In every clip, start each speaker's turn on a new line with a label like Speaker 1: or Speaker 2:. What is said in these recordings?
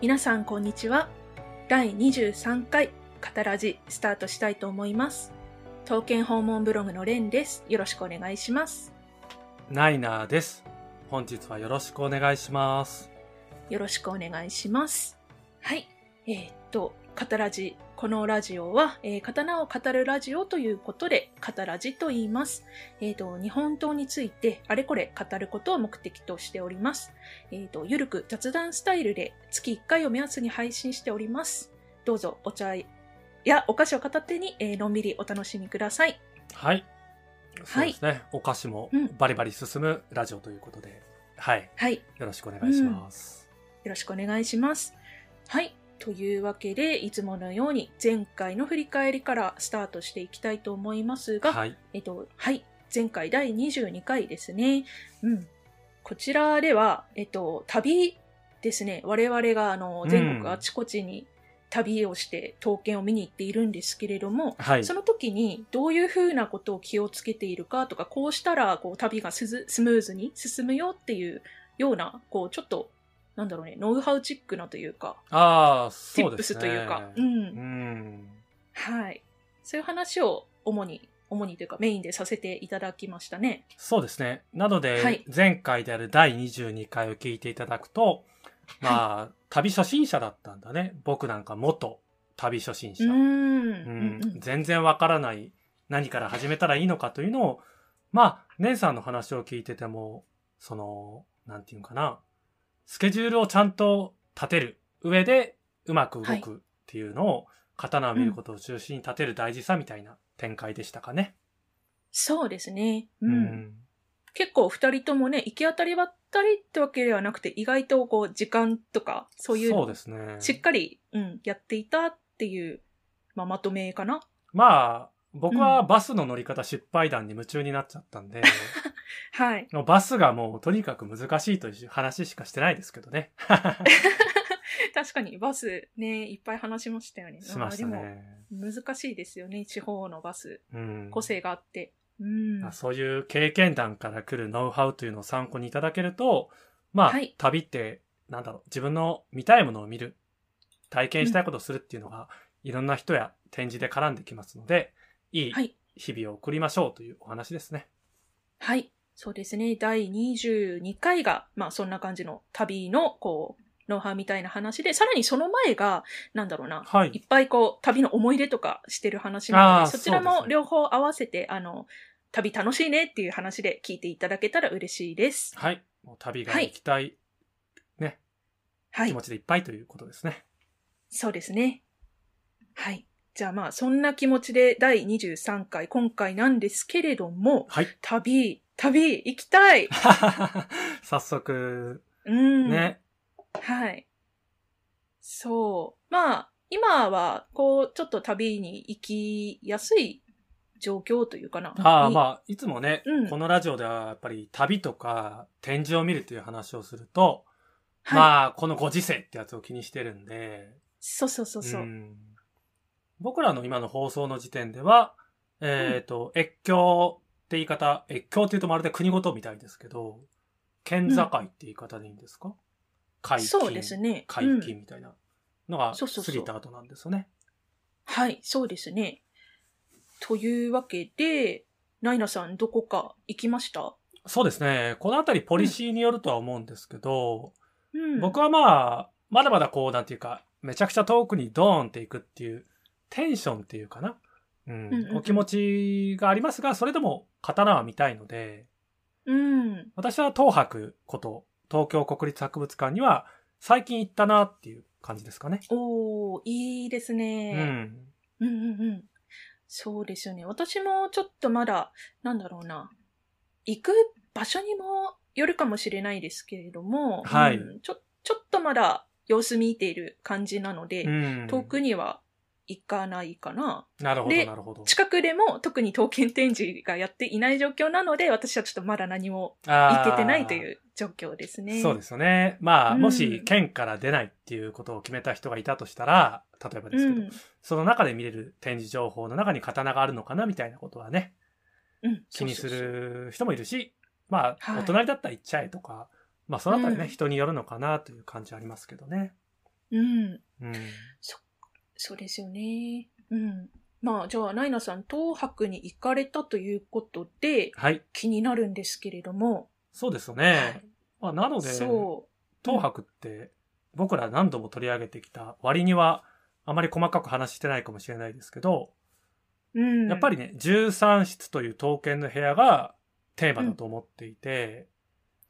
Speaker 1: 皆さんこんにちは。第23回、カタラジスタートしたいと思います。刀剣訪問ブログのレンです。よろしくお願いします。
Speaker 2: ナイナーです。本日はよろしくお願いします。
Speaker 1: よろしくお願いします。はい。えーっと、カタラジ。このラジオは、えー刀を語るラジオということで、カタラジと言います。えーっと、日本刀についてあれこれ語ることを目的としております。えーっと、ゆるく雑談スタイルで月1回を目安に配信しております。どうぞお茶やお菓子を片手に、えーのんびりお楽しみください。
Speaker 2: はい。そうですね。お菓子も
Speaker 1: うん
Speaker 2: バリバリ進むラジオということで、はい。
Speaker 1: はい。
Speaker 2: よろしくお願いします。
Speaker 1: よろしくお願いします。はい。というわけで、いつものように前回の振り返りからスタートしていきたいと思いますが、
Speaker 2: はい。
Speaker 1: えっと、はい。前回第22回ですね。うん。こちらでは、えっと、旅ですね。我々があの
Speaker 2: うん
Speaker 1: 全国あちこちに旅をして刀剣を見に行っているんですけれども、
Speaker 2: はい
Speaker 1: そ。の時にどういうふうなことを気をつけているかとか、こうしたらこう旅がすずスムーズに進むよっていうような、こうちょっと、なんだろうね、ノウハウチックなというか、
Speaker 2: ああ、
Speaker 1: ティ
Speaker 2: そう
Speaker 1: ップ
Speaker 2: です
Speaker 1: ス
Speaker 2: ね。
Speaker 1: というか、う。
Speaker 2: うんん。
Speaker 1: はい。そういう話を主に、主にというかメインでさせていただきましたね。
Speaker 2: そうですね。なので、
Speaker 1: はい
Speaker 2: 前回である第22回を聞いていただくと、まあ、旅初心者だったんだね。僕なんか元旅初心者。
Speaker 1: うーん。
Speaker 2: う
Speaker 1: うんうん
Speaker 2: ん、全然わからない何から始めたらいいのかというのを、まあ、姉さんの話を聞いてても、その、なんていうのかな、スケジュールをちゃんと立てる上でうまく動
Speaker 1: はい
Speaker 2: くっていうのを、刀を見ることを中心に立てる大事さみたいな展開でしたかね。
Speaker 1: そうですね。う。
Speaker 2: うんん。
Speaker 1: 結構二人ともね、行き当たりばったりってわけではなくて、意外とこう、時間とか、そういうの
Speaker 2: そうですね。
Speaker 1: しっかり、うん、やっていたっていう、まあ、まとめかな。
Speaker 2: まあ、僕はバスの乗り方失敗談に夢中になっちゃったんで、
Speaker 1: はい。
Speaker 2: もうバスがもうとにかく難しいという話しかしてないですけどね。
Speaker 1: 確かに、バスね、いっぱい話しましたよね。
Speaker 2: しました
Speaker 1: あ
Speaker 2: ね。
Speaker 1: でも、難しいですよね、地方のバス。
Speaker 2: うん。
Speaker 1: 個性があって。うん。
Speaker 2: まあそういう経験談から来るノウハウというのを参考にいただけると、まあ、
Speaker 1: はい
Speaker 2: 旅って、なんだろう、自分の見たいものを見る、体験したいことをするっていうのが、いろんな人や展示で絡んできますので、いい
Speaker 1: はい。
Speaker 2: 日々を送りましょうというお話ですね。
Speaker 1: はい。そうですね。第22回が、まあ、そんな感じの旅の、こう、ノウハウみたいな話で、さらにその前が、なんだろうな、
Speaker 2: はい
Speaker 1: いっぱいこう、旅の思い出とかしてる話なの
Speaker 2: あー
Speaker 1: で、そちら
Speaker 2: そう
Speaker 1: も
Speaker 2: ですね
Speaker 1: 両方合わせて、あの、旅楽しいねっていう話で聞いていただけたら嬉しいです。
Speaker 2: はい。もう旅が
Speaker 1: はい
Speaker 2: 行きたい、ね、
Speaker 1: は
Speaker 2: 気
Speaker 1: い
Speaker 2: 持。ちでいっぱいということですね。
Speaker 1: そうですね。はい。じゃあまあ、そんな気持ちで第23回、今回なんですけれども、
Speaker 2: はい。
Speaker 1: 旅、旅、行きたい
Speaker 2: 早速、
Speaker 1: うん。
Speaker 2: ね、
Speaker 1: はい。そう。まあ、今は、こう、ちょっと旅に行きやすい状況というかな。
Speaker 2: ああ、
Speaker 1: に
Speaker 2: まあ、いつもね、
Speaker 1: うん
Speaker 2: このラジオではやっぱり旅とか展示を見るという話をすると、
Speaker 1: はい
Speaker 2: まあ、このご時世ってやつを気にしてるんで、
Speaker 1: そうそうそうそう。
Speaker 2: ん僕らの今の放送の時点では、えっ、と、越境って言い方、越境って言うとまるで国ごとみたいですけど、県境って言い方でいいんですか、解禁。
Speaker 1: そうですね。
Speaker 2: 解
Speaker 1: うん
Speaker 2: 禁みたいなのが
Speaker 1: そうそうそう
Speaker 2: 過ぎた後なんですよね。
Speaker 1: はい、そうですね。というわけで、ナイナさん、どこか行きました
Speaker 2: そうですね。このあたりポリシーによるとは思うんですけど、
Speaker 1: うん
Speaker 2: 僕はまあ、まだまだこう、なんていうか、めちゃくちゃ遠くにドーンっていくっていう、テンションっていうかな。うん。
Speaker 1: うんうん
Speaker 2: お気持ちがありますが、それでも刀は見たいので、
Speaker 1: うん。
Speaker 2: 私は東博こと、東京国立博物館には最近行ったなっていう感じですかね。
Speaker 1: おー、いいです
Speaker 2: う
Speaker 1: ね。
Speaker 2: ん。
Speaker 1: うん。うんうんうん。そうですよね。私もちょっとまだ、なんだろうな。行く場所にもよるかもしれないですけれども、
Speaker 2: はい
Speaker 1: うんちょ、ちょっとまだ様子見ている感じなので、
Speaker 2: うん。
Speaker 1: 遠くには行かないかな。
Speaker 2: なるほど、
Speaker 1: で
Speaker 2: なるほど。
Speaker 1: 近くでも特に刀剣展示がやっていない状況なので、私はちょっとまだ何も
Speaker 2: あ
Speaker 1: 行
Speaker 2: ー
Speaker 1: けてないという状況ですね。
Speaker 2: そうですよね。まあ、
Speaker 1: うん
Speaker 2: もし県から出ないっていうことを決めた人がいたとしたら、例えばですけど、
Speaker 1: うん
Speaker 2: その中で見れる展示情報の中に刀があるのかなみたいなことはね、
Speaker 1: うん、
Speaker 2: 気にす
Speaker 1: そうそうそう
Speaker 2: る人もいるし、ま
Speaker 1: はい
Speaker 2: あ、お隣だったら行っちゃえとか、まあ、そのあたりね、
Speaker 1: うん
Speaker 2: 人によるのかなという感じありますけどね。
Speaker 1: うん。
Speaker 2: うん。
Speaker 1: そ、そうですよね。うん。まあ、じゃあ、ナイナさん、東博に行かれたということで、
Speaker 2: はい。
Speaker 1: 気になるんですけれども。
Speaker 2: そうですね。まあ、なので、
Speaker 1: そ
Speaker 2: 東博って僕ら何度も取り上げてきた割にはあまり細かく話してないかもしれないですけど、
Speaker 1: う。うん。
Speaker 2: やっぱ
Speaker 1: り、
Speaker 2: りね、13室という刀剣の部屋がテーマだと思っていて、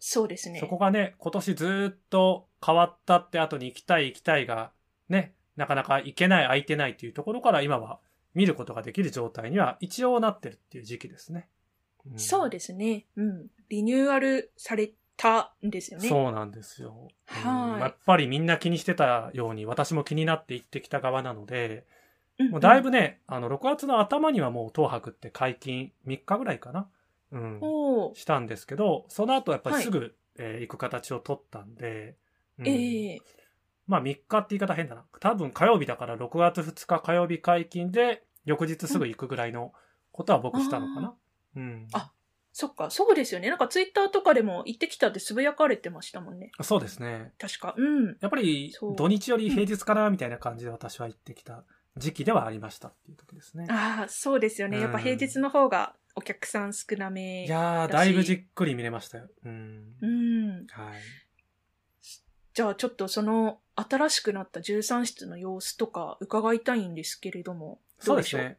Speaker 1: そうですね。
Speaker 2: そこがね、今年ずーっと変わったって後に行きたい行きたいが、ね、なかなか行けない空いてないっていうところから今は見ることができる状態には一応なってるっていう時期ですね。ん
Speaker 1: そうですね。うん。リニューアルされたんですよね。
Speaker 2: そうなんですよ。
Speaker 1: はい
Speaker 2: うんやっぱりみんな気にしてたように私も気になって行ってきた側なので、
Speaker 1: うん。
Speaker 2: もうだいぶね、あの、6月の頭にはもう東博って解禁3日ぐらいかな。うん。
Speaker 1: おー
Speaker 2: したんですけど、その後やっぱ
Speaker 1: は
Speaker 2: り
Speaker 1: い
Speaker 2: すぐ、えー行く形を取ったんで、うん
Speaker 1: ええ
Speaker 2: まあ3日って言い方変だな。多分火曜日だから6月2日火曜日解禁で、翌日すぐ行くぐらいのことは僕したのかな。うん。
Speaker 1: あそっか、そうですよね。なんかツイッターとかでも行ってきたってつぶやかれてましたもんね。
Speaker 2: そうですね。
Speaker 1: 確か。うん。
Speaker 2: やっぱり
Speaker 1: そう
Speaker 2: 土日より平日かなみたいな感じで私は行ってきた時期ではありましたっていう時ですね。
Speaker 1: ああ、そうですよね。やっぱ平日の方がお客さん少ないめ。
Speaker 2: やー、だいぶじっくり見れましたよ。うん。
Speaker 1: うん。
Speaker 2: はい。
Speaker 1: じゃあちょっとその新しくなった13室の様子とか伺いたいんですけれども。
Speaker 2: そうですね。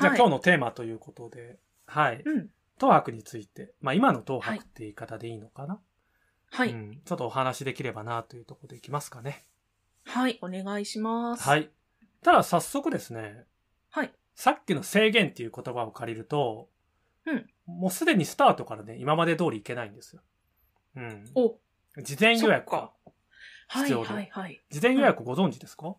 Speaker 2: じゃあ
Speaker 1: はい
Speaker 2: 今日のテーマということで、はい。
Speaker 1: どうでしょう。うん。
Speaker 2: 東博について、まあ今の東博って言い方でいいのかな、
Speaker 1: はい。
Speaker 2: うん、ちょっとお話しできればなというところでいきますかね。
Speaker 1: はい。お願いします。。
Speaker 2: はいい。ただ早速ですね、
Speaker 1: はい。
Speaker 2: さっきの制限っていう言葉を借りると、
Speaker 1: うん
Speaker 2: もうすでにスタートからね、今まで通りいけないんですよ。うん。
Speaker 1: お、
Speaker 2: 事前予
Speaker 1: そっ
Speaker 2: 約。
Speaker 1: か。はい
Speaker 2: 必要で
Speaker 1: はいはい。
Speaker 2: 事前予約ご存知ですか、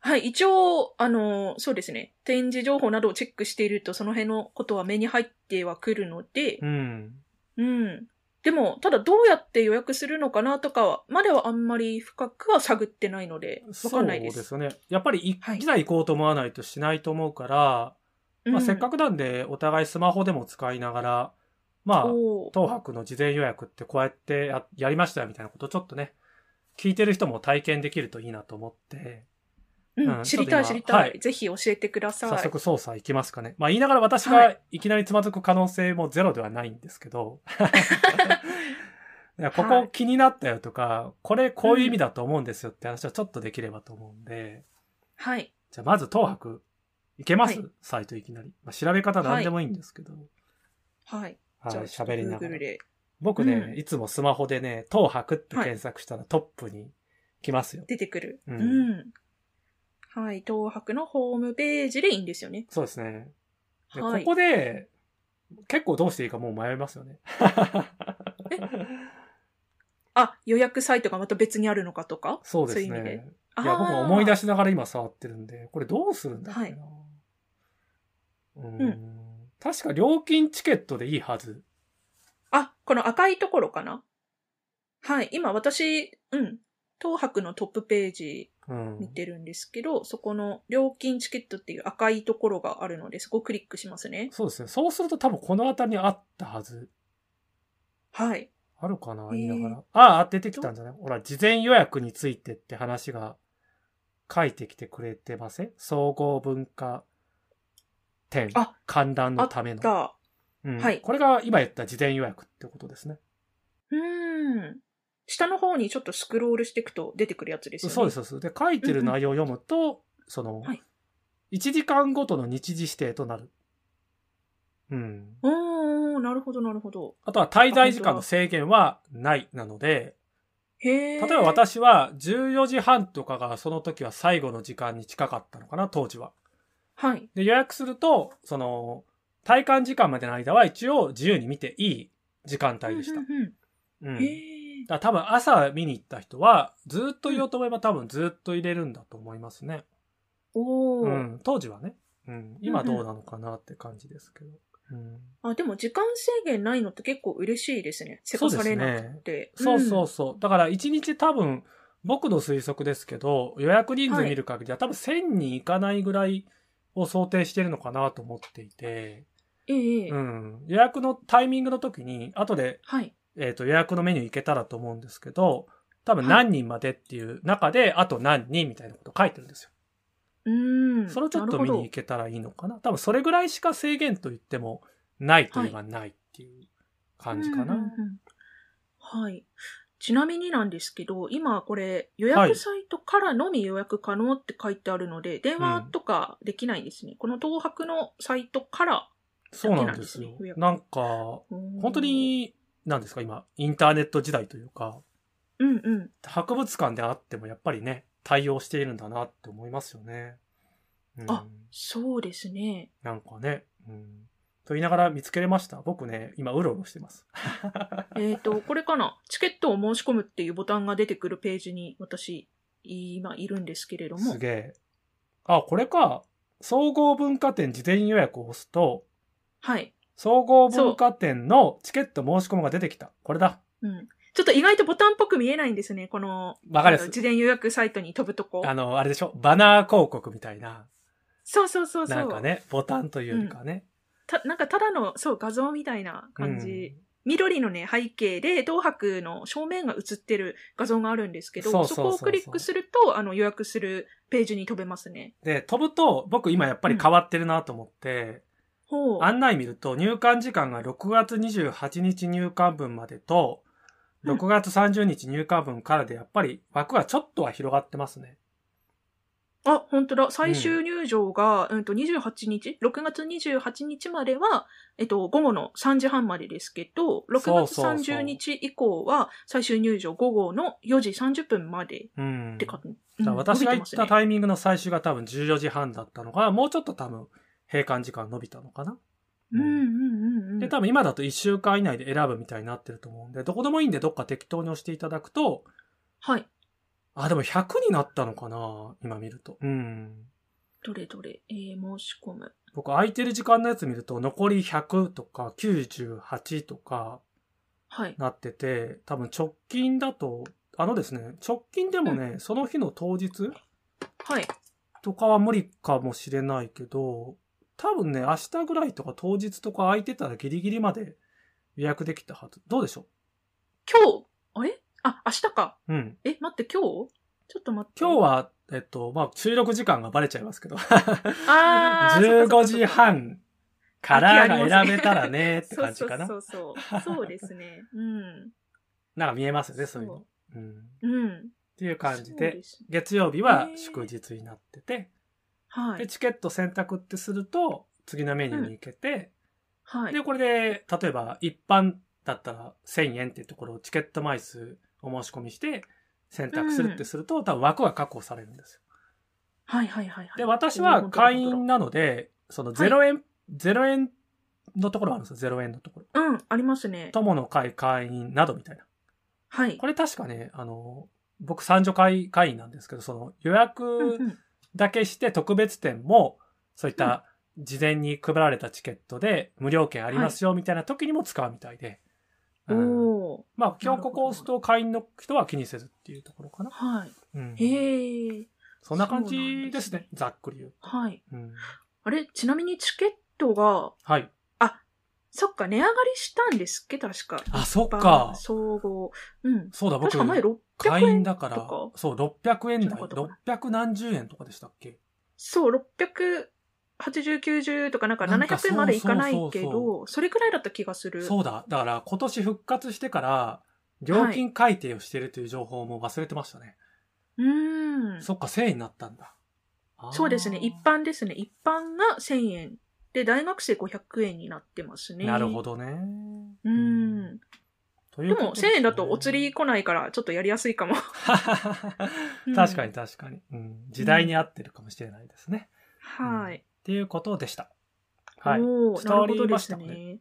Speaker 1: はい。一応、あの、そうですね。展示情報などをチェックしていると、その辺のことは目に入ってはくるので、
Speaker 2: うん。
Speaker 1: うん。でも、ただどうやって予約するのかなとかは、まではあんまり深くは探ってないので、わかんないです。
Speaker 2: そうですよね。やっぱり一
Speaker 1: はい
Speaker 2: 機材行こうと思わないとしないと思うから、まあ、せっか
Speaker 1: く、
Speaker 2: くなんでお互いスマホでも使いながら、まあ、
Speaker 1: おー
Speaker 2: 東博の事前予約ってこうやってややりましたよみたいなことちょっとね、聞いてる人も体験できるといいなと思って、
Speaker 1: うん
Speaker 2: うん
Speaker 1: 知りたい知
Speaker 2: ちょっと今
Speaker 1: りたい、
Speaker 2: はい
Speaker 1: ぜひ教えてください。
Speaker 2: 早速操作いきますかね。まあ言いながら私
Speaker 1: は
Speaker 2: がいきなりつまずく可能性もゼロではないんです けど、いやこ
Speaker 1: は
Speaker 2: こ
Speaker 1: い
Speaker 2: 気になったよとか、これこういう意味だと思うんですよって話はちょっとできればと思うんで、
Speaker 1: はい。
Speaker 2: じゃあまず東博、いけます、
Speaker 1: はい
Speaker 2: サイトいきなり。まあ、調べ方何でもいいんですけど、
Speaker 1: はい。
Speaker 2: はい、
Speaker 1: ちょっと
Speaker 2: 喋りなが
Speaker 1: Google
Speaker 2: ら。
Speaker 1: で。
Speaker 2: 僕ね、
Speaker 1: うん
Speaker 2: いつもスマホでね、東博って検索したらトップに来ますよ。
Speaker 1: 出てくる。
Speaker 2: う
Speaker 1: うんん。はい。東博のホームページでいいんですよね。
Speaker 2: そうですね。で
Speaker 1: はい
Speaker 2: こ。こで、結構どうしていいかもう迷いますよね。
Speaker 1: あ、予約サイトがまた別にあるのかとか
Speaker 2: そうです
Speaker 1: そういう意味で
Speaker 2: ね。いや、僕も思い出しながら今触ってるんで、これどうするんだっけな。うーん確か料金チケットでいいはず。
Speaker 1: あ、この赤いところかなはい。今私、うん。東博のトップページ
Speaker 2: うん
Speaker 1: 見てるんですけど、そこの料金チケットっていう赤いところがあるので、そこをクリックしますね。
Speaker 2: そうですね。そうすると多分この辺りにあったはず。
Speaker 1: はい。
Speaker 2: あるかな
Speaker 1: え
Speaker 2: 言
Speaker 1: ー
Speaker 2: いながら。ああ、出てきたんじゃないほら、事前予約についてって話が書いてきてくれてません総合文化展
Speaker 1: あ
Speaker 2: 観覧
Speaker 1: あ
Speaker 2: のため
Speaker 1: っ
Speaker 2: の。
Speaker 1: た。
Speaker 2: うん
Speaker 1: はい
Speaker 2: これが今言った事前予約ってことですね。
Speaker 1: うーん。下の方にちょっとスクロールしていくと出てくるやつですよね。
Speaker 2: そうです、そうです。で、書いてる内容を読むと、その、
Speaker 1: はい
Speaker 2: 1時間ごとの日時指定となる。うん。
Speaker 1: おー、なるほど、なるほど。
Speaker 2: あとは滞在時間の制限はないなので、
Speaker 1: へえ。
Speaker 2: 例えば私は14時半とかがその時は最後の時間に近かったのかな、当時は。
Speaker 1: はい。
Speaker 2: で、予約すると、その、体感時間までの間は一応自由に見ていい時間帯でした
Speaker 1: うん。うんうん
Speaker 2: うん。
Speaker 1: へ
Speaker 2: だ
Speaker 1: え。
Speaker 2: から多分朝見に行った人は、ずっといようと思えば多分ずっと入れるんだと思いますね。
Speaker 1: お
Speaker 2: う
Speaker 1: ー、
Speaker 2: ん。当時はね。うん。今どうなのかなって感じですけど。うん。
Speaker 1: あ、でも時間制限ないのって結構嬉しいですね。せかされなくて。
Speaker 2: そうそう
Speaker 1: う
Speaker 2: そう。だから一日多分、僕の推測ですけど、予約人数見る限りは多分1000人いかないぐらいを想定してるのかなと思っていて、
Speaker 1: ん。ええ
Speaker 2: うん。予約のタイミングの時に、後で
Speaker 1: はい。
Speaker 2: えっ、と、予約のメニュー行けたらと思うんですけど、多分何人までっていう中で、あと何人みたいなこと書いてるんですよ。
Speaker 1: うん。
Speaker 2: それをちょっと
Speaker 1: な
Speaker 2: 見
Speaker 1: る
Speaker 2: に行けたらいいのかな。多分それぐらいしか制限と言ってもないといえばないっていう感じか
Speaker 1: うんうん
Speaker 2: な。
Speaker 1: うんはい。ちなみになんですけど、今これ予
Speaker 2: は
Speaker 1: 約
Speaker 2: い
Speaker 1: サイトからのみ予約可能って書いてあるので、電話とかできないんですね。この東博のサイトから。
Speaker 2: そうなんですよ
Speaker 1: だけなんですね。
Speaker 2: なんか、本当、に、なんですか今、インターネット時代というか、
Speaker 1: うんうん。
Speaker 2: 博物館であってもやっぱりね、対応しているんだなって思いますよね。うん、
Speaker 1: あそうですね。
Speaker 2: なんかね、うん。と言いながら見つけれました。僕ね、今、うろうろしてます。
Speaker 1: えっ、と、これかな。チケットを申し込むっていうボタンが出てくるページに私、今いるんですけれども
Speaker 2: す。げえ。あ、これか。総合文化展事前予約を押すと、
Speaker 1: はい。
Speaker 2: 総合文化展のチケット申し込みが出てきた。これだ。
Speaker 1: うん。ちょっと意外とボタンっぽく見えないんですね。この、
Speaker 2: わかります
Speaker 1: あの事前予約サイトに飛ぶとこ。
Speaker 2: あの、あれでしょバナー広告みたいな。
Speaker 1: そうそうそうそう。
Speaker 2: なんかね、ボタンというかね。
Speaker 1: たなんかただのそう画像みたいな感じ、緑のね背景で東博の正面が映ってる画像があるんですけどそ
Speaker 2: そ
Speaker 1: う
Speaker 2: そうそうそう
Speaker 1: こをクリックするとあの予約するページに飛べますね
Speaker 2: うん。で、飛ぶと、僕今やっぱり変わってるなと思って、
Speaker 1: ほう
Speaker 2: 案内見ると、入館時間が6月28日入館分までと、
Speaker 1: うん
Speaker 2: 6月30日入館分からで、やっぱり枠がちょっとは広がってますね。
Speaker 1: あ本当だ最終入場が、うん、と28日6月28日までは、えっと、午後の3時半までですけど
Speaker 2: そう
Speaker 1: 6月
Speaker 2: そうそう
Speaker 1: 30日以降は最終入場午後の4時30分までっ
Speaker 2: うん。
Speaker 1: て感じ、
Speaker 2: だから私が行った
Speaker 1: イ
Speaker 2: タイミングの最終が多分14時半だったのが、もうちょっと多分閉館時間伸びたのかな。
Speaker 1: うんうんうんうん
Speaker 2: で、多分今だと1週間以内で選ぶみたいになってると思うんで、どこでもいいんでどっか適当に押していただくと、
Speaker 1: はい
Speaker 2: あ、でも100になったのかな今見ると。うん。
Speaker 1: どれどれ、えー申し込む
Speaker 2: 僕空いてる時間のやつ見ると、残り100とか98とか
Speaker 1: はい
Speaker 2: なってて、多分直近だと、あのですね、直近でもね、その日の当日
Speaker 1: はい
Speaker 2: とかは無理かもしれないけど、多分ね、明日ぐらいとか当日とか空いてたらギリギリまで予約できたはず。どうでしょ
Speaker 1: 今日、あれあ、明日か。
Speaker 2: ううん。
Speaker 1: え、待って、今日ちょっと待って。
Speaker 2: 今日は、えっと、まあ、収録時間がバレちゃいますけど、
Speaker 1: あーそっか
Speaker 2: 15
Speaker 1: そっかそっか
Speaker 2: 時半からが選べたらねって感じか な
Speaker 1: そ。うそうそうそう。そうですね。うん。
Speaker 2: なんか見えますよね、そういうの。うん。っ
Speaker 1: うん。
Speaker 2: ていう感じ
Speaker 1: そう
Speaker 2: で、
Speaker 1: す
Speaker 2: 月曜日は祝日になってて、
Speaker 1: は
Speaker 2: で、
Speaker 1: い。
Speaker 2: チケット選択ってすると、次のメニューに行けて、
Speaker 1: はい
Speaker 2: で、。これで、例えば一般だったら1000円っていうところをチケット枚数お申し込みして選択するってすると、多分枠が確保されるんですよ。
Speaker 1: はいはいはいはい。
Speaker 2: で、私は会員
Speaker 1: な。
Speaker 2: なので、その0円、0円のところがあるんですよ、0円のところ。
Speaker 1: うん、ありますね。
Speaker 2: 友の会会員などみたいな。
Speaker 1: はい。
Speaker 2: これ確かね、あの、僕三女会会員なんですけど、その予
Speaker 1: うんう
Speaker 2: 約
Speaker 1: ん
Speaker 2: だけして特別展も、そういった事前に配られたチケットで無料券ありますよみたいな時にも使うみたいで。うん
Speaker 1: おー。
Speaker 2: まあ、今日ここを押すと会員の人は気にせずっていうところかな。
Speaker 1: は
Speaker 2: うん
Speaker 1: い。。へー。
Speaker 2: そんな感じ
Speaker 1: そうなん
Speaker 2: で
Speaker 1: ですす
Speaker 2: ね
Speaker 1: ね。
Speaker 2: ざっくり言う。
Speaker 1: はい。
Speaker 2: うん、
Speaker 1: あれ、ちなみにチケットが、
Speaker 2: はい。
Speaker 1: そっか、値上がりしたんですっけ確か。
Speaker 2: あ、そっか。
Speaker 1: 総合。うん。
Speaker 2: そうだ、僕
Speaker 1: 確か、前600
Speaker 2: 会員だから
Speaker 1: 円と、
Speaker 2: そう、600円
Speaker 1: そ
Speaker 2: 台、
Speaker 1: ういうことか
Speaker 2: 600何十円とかでしたっけ
Speaker 1: そう、680、90とかなんか
Speaker 2: なんか
Speaker 1: 700円までいかないけ
Speaker 2: そうそうそ
Speaker 1: ど、それくらいだった気がする。
Speaker 2: そうだ、だから今年復活してから、料金改定をしてるという情報も忘れてましたね。
Speaker 1: うーん。
Speaker 2: そっか、1000円になったんだ。あー
Speaker 1: そうですね。一。般ですね。一般が1000円。で、大学生500円になってますね。
Speaker 2: なるほ。どね。
Speaker 1: うーん。
Speaker 2: とい
Speaker 1: で
Speaker 2: うこと
Speaker 1: も、
Speaker 2: です
Speaker 1: 1000
Speaker 2: ね
Speaker 1: 円だとお釣り来ないから、ちょっとやりやすいかも。 うん
Speaker 2: 確かに確かに、うん。時代に合ってるかもしれないですね。
Speaker 1: はい。
Speaker 2: っていうことでした。はい。
Speaker 1: おー
Speaker 2: 伝わ
Speaker 1: なる
Speaker 2: り
Speaker 1: ほどで
Speaker 2: まし
Speaker 1: す
Speaker 2: たかね
Speaker 1: ね。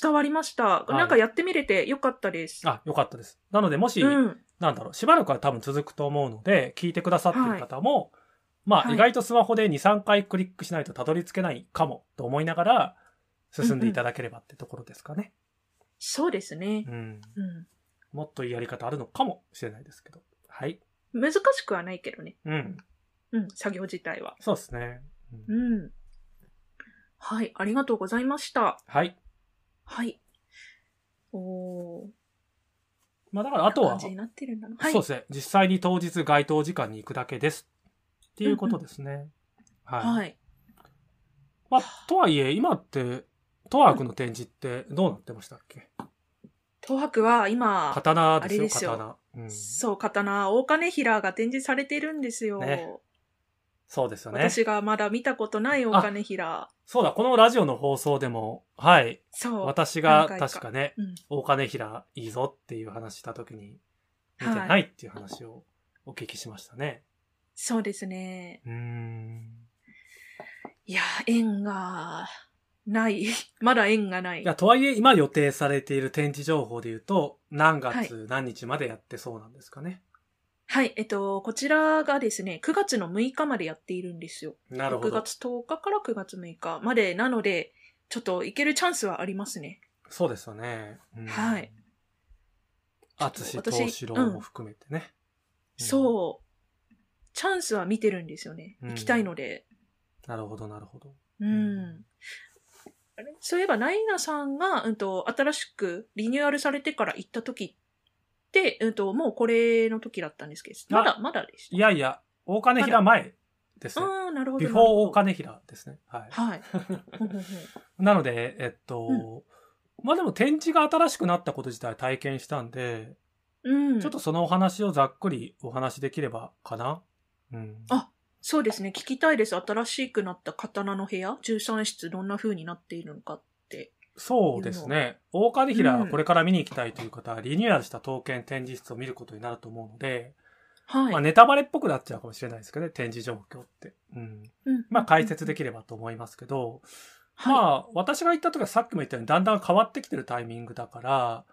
Speaker 1: 伝わりました。
Speaker 2: い
Speaker 1: なんかやってみれてよかったです。
Speaker 2: あ、よかったです。なので、もし、
Speaker 1: うん。
Speaker 2: なんだろう、しばらくは多分続くと思うので、聞いてくださってる方も、まあ、
Speaker 1: はい
Speaker 2: 意外とスマホで2、3回クリックしないとたどり着けないかもと思いながら、進んでいただければってところですかね。
Speaker 1: そうですね
Speaker 2: う。ん。
Speaker 1: うん。
Speaker 2: もっといいやり方あるのかもしれないですけど。はい。
Speaker 1: 難しくはないけどね。
Speaker 2: うん。
Speaker 1: うん。作業自体は。
Speaker 2: そうですね。うん
Speaker 1: うん。はい、ありがとうございました。
Speaker 2: はい。
Speaker 1: はい。おー
Speaker 2: まあだからあとは
Speaker 1: 感、じになってるんだな。
Speaker 2: そうですね。実際に当日該当時間に行くだけです。っていうことですね。はい。
Speaker 1: はい。
Speaker 2: まあ、とはいえ、今って、トワークの展示ってどうなってましたっけ
Speaker 1: 東博は今、
Speaker 2: 刀ですよ、
Speaker 1: あれですよ
Speaker 2: 刀。うん。
Speaker 1: そう、刀、大金平が展示されてるんですよ。
Speaker 2: ねそうですよね。
Speaker 1: 私がまだ見たことない大金平。
Speaker 2: そうだ、このラジオの放送でも、はい。
Speaker 1: そう。
Speaker 2: 私が
Speaker 1: 何回か
Speaker 2: 確かね、
Speaker 1: うん
Speaker 2: 大金平いいぞっていう話した時に、見てないっていう話をお聞きしましたね。
Speaker 1: そうですね。
Speaker 2: うーん。
Speaker 1: いや、縁が、ない。 まだ縁がない。
Speaker 2: いや、とはいえ、今予定されている展示情報で言うと、何月、何日までやってそうなんですかね。
Speaker 1: はい、えっと、こちらがですね、9月の6日までやっているんですよ。
Speaker 2: なるほ
Speaker 1: 6
Speaker 2: ど。
Speaker 1: 月10日から9月6日までなので、ちょっと行けるチャンスはありますね。
Speaker 2: そうですよね。うん
Speaker 1: はい。
Speaker 2: 淳
Speaker 1: ちょっと私
Speaker 2: 東四郎も含めてね。うん。
Speaker 1: そう。チャンスは見てるんですよね。
Speaker 2: うん
Speaker 1: 行きたいので。
Speaker 2: なるほど、なるほど。
Speaker 1: うん。あれそういえば、ナイナさんが、うんと、新しくリニューアルされてから行った時って、うんと、もうこれの時だったんですけど、まだ、まだでした。
Speaker 2: いやいや、大金平前ですね。
Speaker 1: ああ、なるほど。
Speaker 2: ビフォー大金平ですね。はい。
Speaker 1: はい。ほんほんほん
Speaker 2: なので、えっと、まあでも展示が新しくなったこと自体体験したんで、
Speaker 1: うん。
Speaker 2: ちょっとそのお話をざっくりお話できればかな。うん。
Speaker 1: あそうですね、聞きたいです。新しくなった刀の部屋、13室、どんな風になっているのかって。
Speaker 2: そうですね。大金平、これから見に行きたいという方は、リニューアルした刀剣展示室を見ることになると思うので、
Speaker 1: はい。
Speaker 2: まあネタバレっぽくなっちゃうかもしれないですけどね、展示状況って。うん。
Speaker 1: うん
Speaker 2: まあ解説できればと思いますけど、
Speaker 1: は
Speaker 2: まあ私が言った時はさっきも言ったようにだんだん変わってきてるタイミングだから、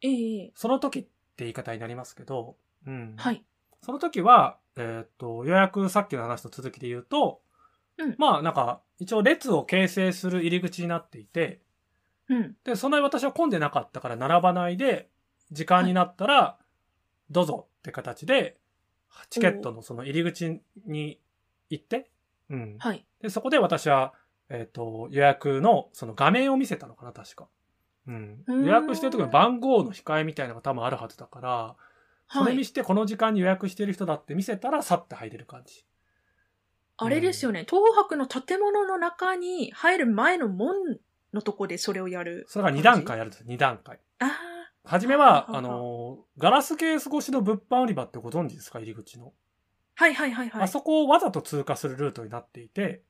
Speaker 1: い。ええ
Speaker 2: その時って言い方になりますけど、うん。
Speaker 1: はい。
Speaker 2: その時は、えーっと、ようやくさっきの話と続きで言うと、
Speaker 1: うん
Speaker 2: まあなんか、一応列を形成する入り口になっていて、
Speaker 1: うん。
Speaker 2: で、そんなに私は混んでなかったから並ばないで、時間になったら、どうぞって形で、チケットのその入り口に行って、うん。
Speaker 1: はい。
Speaker 2: で、そこで私は、えっ、と、予約のその画面を見せたのかな、確か。うん。
Speaker 1: うーん
Speaker 2: 予約してる時の番号の控えみたいなのが多分あるはずだから、そ
Speaker 1: は
Speaker 2: れに
Speaker 1: い。
Speaker 2: してこの時間に予約してる人だって見せたら、さって入れる感じ。
Speaker 1: あれですよね、東博の建物の中に入る前の門のとこでそれをやる。
Speaker 2: それが2段階あるんです、2段階。
Speaker 1: あ
Speaker 2: はじめ
Speaker 1: は
Speaker 2: は、
Speaker 1: は
Speaker 2: あのーガラスケース越しの物販売り場ってご存知ですか、入り口の。
Speaker 1: あ。はいはいはいはい。
Speaker 2: あそこをわざと通過するルートになっていて、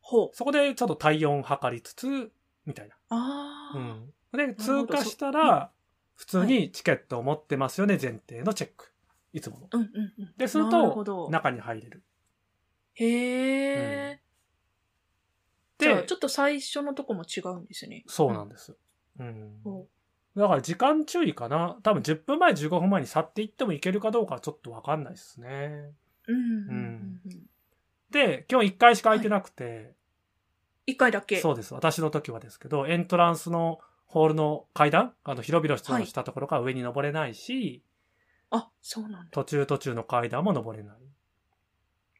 Speaker 1: ほう。
Speaker 2: そこでちょっと体温を測りつつ、みたいな。
Speaker 1: ああ、
Speaker 2: うん。で、
Speaker 1: ほど
Speaker 2: 通過し
Speaker 1: そ
Speaker 2: たら、普通にチケットを持ってますよね、前提のチェック。いつもの。
Speaker 1: うんうんうん。
Speaker 2: でする
Speaker 1: なるほ
Speaker 2: と
Speaker 1: ど、。
Speaker 2: 中に入れる。
Speaker 1: へえ、じゃあ
Speaker 2: で
Speaker 1: ち、ょっと最初のとこも違うんですね。
Speaker 2: そうなんです。うん。
Speaker 1: ほ
Speaker 2: だから時間注意かな。多分10分前、15分前に去っていってもいけるかどうかはちょっとわかんないですね。
Speaker 1: う。うんうんうんうん。
Speaker 2: で、今日1回しか空いてなくて、
Speaker 1: 一回だけ。
Speaker 2: そうです。私の時はですけど、エントランスのホールの階段、あの、広々出演したところから上に登れないし、
Speaker 1: あ、そうなんだ。
Speaker 2: 途中途中の階段も登れない。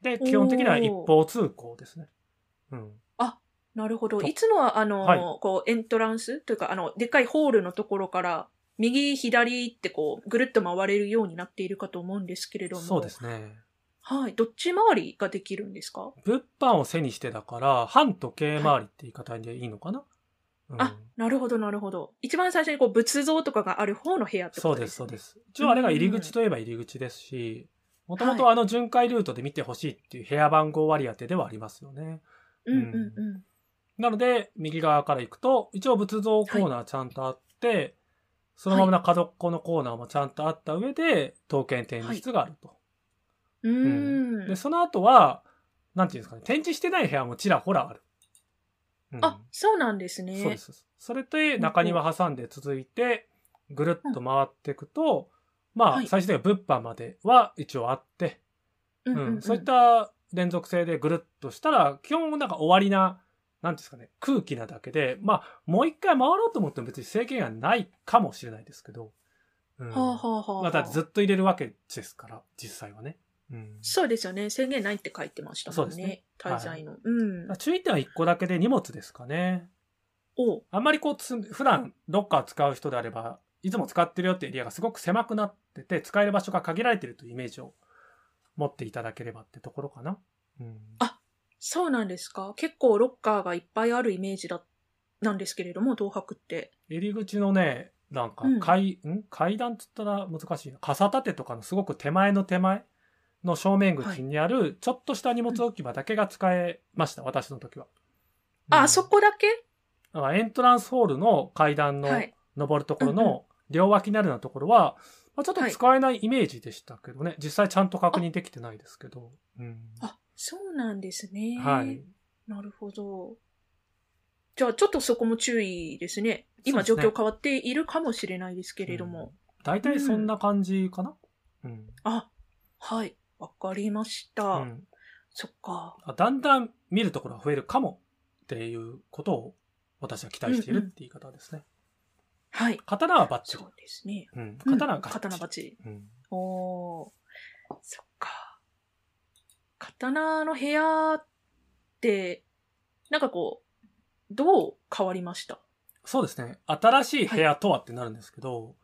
Speaker 2: で、
Speaker 1: おー
Speaker 2: 基本的には一方通行ですね。うん。
Speaker 1: なるほど。
Speaker 2: と
Speaker 1: いつもは、あの、
Speaker 2: はい
Speaker 1: こう、エントランスというか、あの、でっかいホールのところから、右、左ってこう、ぐるっと回れるようになっているかと思うんですけれども。
Speaker 2: そうで。すね。
Speaker 1: はい。どっち回りができるんですか、
Speaker 2: 物販を背にしてだから、反時計回りって言い方でいいのかな、うん、
Speaker 1: あ、なるほど、なるほど。一番最初にこう、仏像とかがある方の部屋って
Speaker 2: そ
Speaker 1: こ
Speaker 2: う
Speaker 1: と
Speaker 2: で、
Speaker 1: ですす、。
Speaker 2: そうですす。一応あれが入り口といえば入り口ですし、もともとあの巡回ルートで見てほしいっていう部屋番号割り当てではありますよね。
Speaker 1: うんうんうん。
Speaker 2: なので、右側から行くと、一応仏像コーナーちゃんとあって、そのままな角っこのコーナーもちゃんとあった上で、刀剣展示室があると。
Speaker 1: うーん。
Speaker 2: で、その後は、なんていうんですかね、展示してない部屋もちらほらある。うん
Speaker 1: あ、そうなんですね。
Speaker 2: そうです。それで、中庭挟んで続いて、ぐるっと回っていくと、ま
Speaker 1: は
Speaker 2: あ
Speaker 1: い、
Speaker 2: 最終的には物販までは一応あって、
Speaker 1: うん
Speaker 2: うん
Speaker 1: うん、うん。
Speaker 2: そういった連続性でぐるっとしたら、基本なんか終わりな、なんていうんですかね、空気なだけで、まあ、もう一回回ろうと思っても別に制限がないかもしれないですけど、うん。
Speaker 1: はあ、はあはあはあ
Speaker 2: まあだってずっと入れるわけですから、実際はね。うん。
Speaker 1: そうですよね。制限ないって書いてましたもんね。
Speaker 2: そうですね
Speaker 1: 滞在の。うん。
Speaker 2: 注意点は1個だけで荷物ですかね。
Speaker 1: お
Speaker 2: あんまりこうつ、普段ロッカー使う人であれば、いつも使ってるよってエリアがすごく狭くなってて、使える場所が限られてるというイメージを持っていただければってところかな。うん、
Speaker 1: あそうなんですか。結構ロッカーがいっぱいあるイメージだ、なんですけれども、東博って。
Speaker 2: 入り口のね、なんか
Speaker 1: うん
Speaker 2: 階、ん階段っつったら難しいな。傘立てとかのすごく手前の手前の正面口にある、ちょっとした荷物置き場だけが使えました、私の時は。
Speaker 1: あ、
Speaker 2: うん
Speaker 1: あそこだけ
Speaker 2: だからエントランスホールの階段の
Speaker 1: はい。
Speaker 2: 登るところ
Speaker 1: うんうん
Speaker 2: の両脇にあるようなところは、まあ、ちょっと
Speaker 1: はい
Speaker 2: 使えないイメージでしたけどね。実際ちゃんと確認できてないですけど。うん
Speaker 1: あ、そうなんですね。
Speaker 2: はい。
Speaker 1: なるほど。じゃあ、ちょっとそこも注意ですね。今、
Speaker 2: そ
Speaker 1: 状
Speaker 2: うですね
Speaker 1: 況変わっているかもしれないですけれども。
Speaker 2: 大体そんな感じかな。うん。
Speaker 1: あ、はい。わかりました。
Speaker 2: うん
Speaker 1: そっか。
Speaker 2: あだんだん見るところが増えるかもっていうことを私は期待しているって言い方ですね。
Speaker 1: はい。
Speaker 2: 刀はバッチ
Speaker 1: そ
Speaker 2: リ。
Speaker 1: うですね。
Speaker 2: うん、
Speaker 1: うん
Speaker 2: 刀はガッチリ
Speaker 1: 刀鉢。
Speaker 2: うん
Speaker 1: おー。そっか。刀の部屋って、なんかこう、どう変わりました
Speaker 2: そうですね。新しい部屋とはってなるんですけど、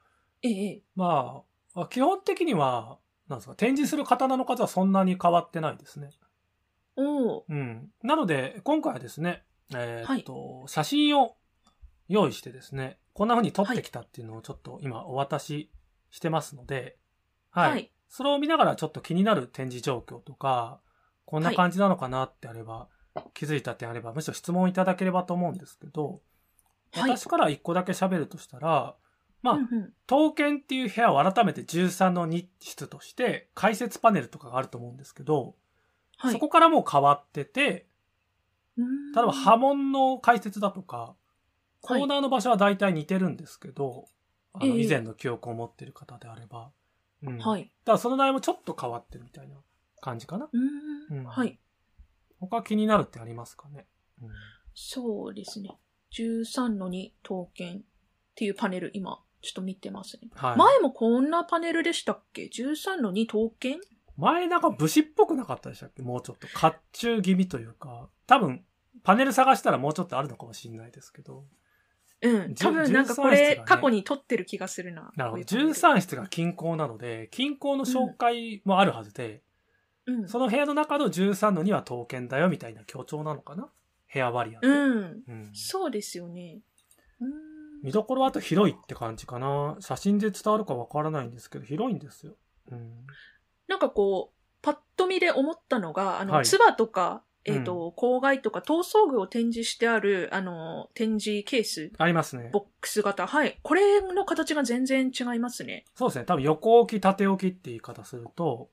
Speaker 1: ええ。
Speaker 2: まあ、基本的には、なんですか、展示する刀の数はそんなに変わってないですね。
Speaker 1: おー。
Speaker 2: うん。なので、今回はですね、えーっと、写真を用意してですね、こんな風に撮ってきたっていうのをちょっと今お渡ししてますので、はい。
Speaker 1: はい。
Speaker 2: それを見ながらちょっと気になる展示状況とか、こんな感じなのかなってあれば、気づいた点あれば、むしろ質問いただければと思うんですけど、
Speaker 1: はい。
Speaker 2: 私から一個だけ喋るとしたら、まあ
Speaker 1: うんうん
Speaker 2: 刀剣っていう部屋を改めて13の2室として、解説パネルとかがあると思うんですけど、
Speaker 1: はい。
Speaker 2: そこからもう変わってて、
Speaker 1: うーん、
Speaker 2: 例えば波紋の解説だとか、コ
Speaker 1: はい
Speaker 2: ーナーの場所は大体似てるんですけど、あの、
Speaker 1: ええ
Speaker 2: 以前の記憶を持ってる方であれば。うん。
Speaker 1: は
Speaker 2: だ
Speaker 1: い。
Speaker 2: からその内容もちょっと変わってるみたいな感じかな。
Speaker 1: うー
Speaker 2: う
Speaker 1: ん。
Speaker 2: ん
Speaker 1: はい。
Speaker 2: 他気になるってありますかね、うん
Speaker 1: そうですね。13の2刀剣っていうパネル、今、ちょっと見てますね。
Speaker 2: はい、前
Speaker 1: 前もこんなパネルでしたっけ ?13 の2刀剣
Speaker 2: なんか武士っぽくなかったでしたっけもうちょっと甲冑気味というか多分パネル探したらもうちょっとあるのかもしれないですけど
Speaker 1: うん。
Speaker 2: じ
Speaker 1: 多分なんかこ
Speaker 2: 13室
Speaker 1: れ、
Speaker 2: がね
Speaker 1: 過去に撮ってる気がするな。
Speaker 2: なるほ
Speaker 1: こう
Speaker 2: ど
Speaker 1: いうパネ
Speaker 2: 13室が均衡なので均衡の紹介もあるはずで、
Speaker 1: ル。うん。
Speaker 2: その部屋の中の13の2は刀剣だよみたいな強調なのかな部屋割り合って、
Speaker 1: うん。
Speaker 2: うん
Speaker 1: そうですよね。うーん。
Speaker 2: 見どころはあと広いって感じかな写真で伝わるかわからないんですけど広いんですよ、うん、
Speaker 1: なんかこう、パッと見で思ったのが、あ
Speaker 2: は
Speaker 1: の、
Speaker 2: い
Speaker 1: つ、ば、とか、えっ、と、郊外とか、闘争具を展示してある、あの、展示ケース、
Speaker 2: ありますね
Speaker 1: ボックス型。はい。これの形が全然違いますね。
Speaker 2: そうですね。多分横置き、縦置きって言い方すると、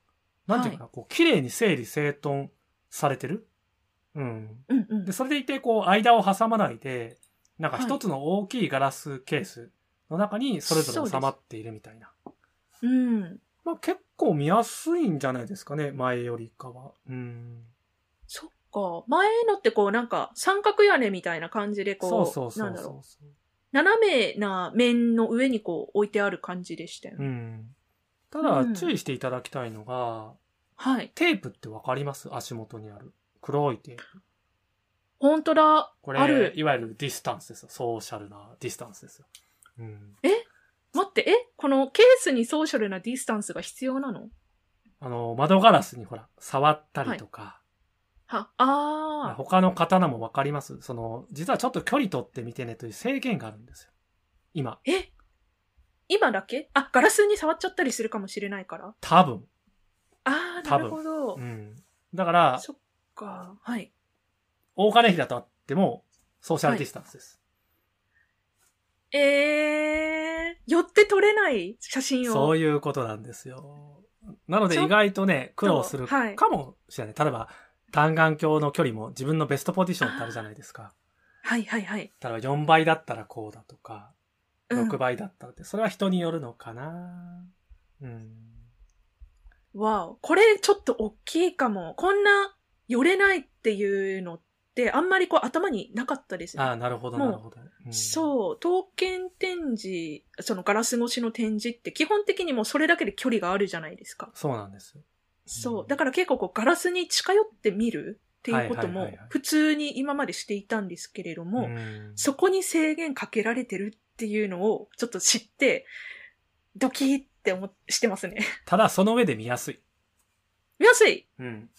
Speaker 2: なんていうかな、こう、綺麗に整理整頓されてる。うん。
Speaker 1: うんうん
Speaker 2: で、。それでいて、こう、間を挟まないで、なんか
Speaker 1: はい
Speaker 2: 一つの大きいガラスケースの中にそれぞれ収まっているみたいな。
Speaker 1: うん。
Speaker 2: まあ結構見やすいんじゃないですかね、前よりかは。うん。
Speaker 1: そっか。前のってこうなんか三角屋根みたいな感じでこう、
Speaker 2: そうそうそ
Speaker 1: なん
Speaker 2: う
Speaker 1: だろう。
Speaker 2: そう。
Speaker 1: 斜めな面の上にこう置いてある感じでしたよね。
Speaker 2: うん。ただ
Speaker 1: う、ん
Speaker 2: 注意していただきたいのが、
Speaker 1: はい。
Speaker 2: テープってわかります足元にある。黒いテープ。
Speaker 1: 本当だ。
Speaker 2: これ、
Speaker 1: ある
Speaker 2: いわゆるディスタンスですよ。ソーシャルなディスタンスですよ。うん。
Speaker 1: 待って、えこのケースにソーシャルなディスタンスが必要なの
Speaker 2: あの、窓ガラスにほら、触ったりとか、
Speaker 1: は、あ
Speaker 2: 他の刀もわかりますその、実はちょっと距離取ってみてねという制限があるんですよ。今、
Speaker 1: ー。え今だけあ、ガラスに触っちゃったりするかもしれないから。
Speaker 2: 多分。
Speaker 1: ああ、
Speaker 2: 多
Speaker 1: な
Speaker 2: 分
Speaker 1: るほど。
Speaker 2: うん。だから、
Speaker 1: そっか。はい。
Speaker 2: 大金比だとあっても、ソーシャルディスタンスです。
Speaker 1: えー、寄って撮れない写真を。
Speaker 2: そういうことなんですよ。なので
Speaker 1: ちょっと
Speaker 2: 意外とね、苦労する
Speaker 1: はい
Speaker 2: かもしれない。例えば、単眼鏡の距離も自分のベストポジションってあるじゃないです か。
Speaker 1: はいはいはい。
Speaker 2: 例えば4倍だったらこうだとか、
Speaker 1: うん
Speaker 2: 6倍だったらって、それは人によるのかなうん。
Speaker 1: わお。これちょっと大きいかも。こんな寄れないっていうのってあんまりこう頭になかったです
Speaker 2: あ
Speaker 1: ね。
Speaker 2: あ、なるほど、
Speaker 1: も
Speaker 2: な
Speaker 1: う
Speaker 2: るほど。うん
Speaker 1: そう、刀剣展示、そのガラス越しの展示って基本的にもうそれだけで距離があるじゃないですか。
Speaker 2: そうなんですよ。
Speaker 1: そう。だから結構こうガラスに近寄って見るっていうこと
Speaker 2: はいはい
Speaker 1: も
Speaker 2: はいはい
Speaker 1: 普通に今までしていたんですけれども、
Speaker 2: うん
Speaker 1: そこに制限かけられてるっっていうのをちょっと知って、ドキーって思っしてます ね。
Speaker 2: ただその上で見やすい。
Speaker 1: 見やすい
Speaker 2: うん。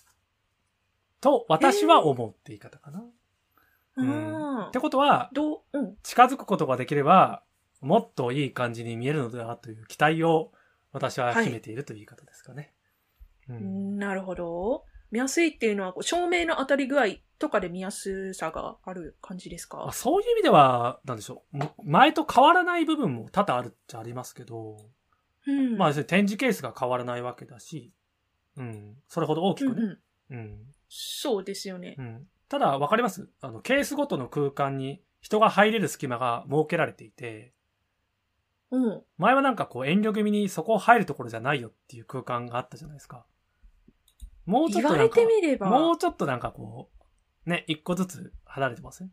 Speaker 2: と、私は思うって言い方かな。
Speaker 1: うん。
Speaker 2: ってことは、
Speaker 1: どううん。
Speaker 2: 近づくことができれば、もっといい感じに見えるのではという期待を私は秘めているという言い方ですかね。うん。
Speaker 1: なるほど。見やすいっていうのは、こう照明の当たり具合とかで見やすさがある感じです
Speaker 2: あ
Speaker 1: か
Speaker 2: そういう意味では、なんでしょう。む前と変わらない部分も多々あるっちゃありますけど、
Speaker 1: うん。
Speaker 2: まあ、要するに展示ケースが変わらないわけだし、うん。それほど大き
Speaker 1: うん
Speaker 2: くね。
Speaker 1: うん。
Speaker 2: うん。
Speaker 1: そうですよね
Speaker 2: う。ん。ただ、わかりますあの、ケースごとの空間に人が入れる隙間が設けられていて、
Speaker 1: うん。
Speaker 2: 前はなんかこう遠慮気味にそこ入るところじゃないよっていう空間があったじゃないですか。もうちょ
Speaker 1: 言
Speaker 2: っと
Speaker 1: わ
Speaker 2: なん
Speaker 1: れ
Speaker 2: か
Speaker 1: て、みれば。
Speaker 2: もうちょっとなんかこう、ね、一個ずつ離れてません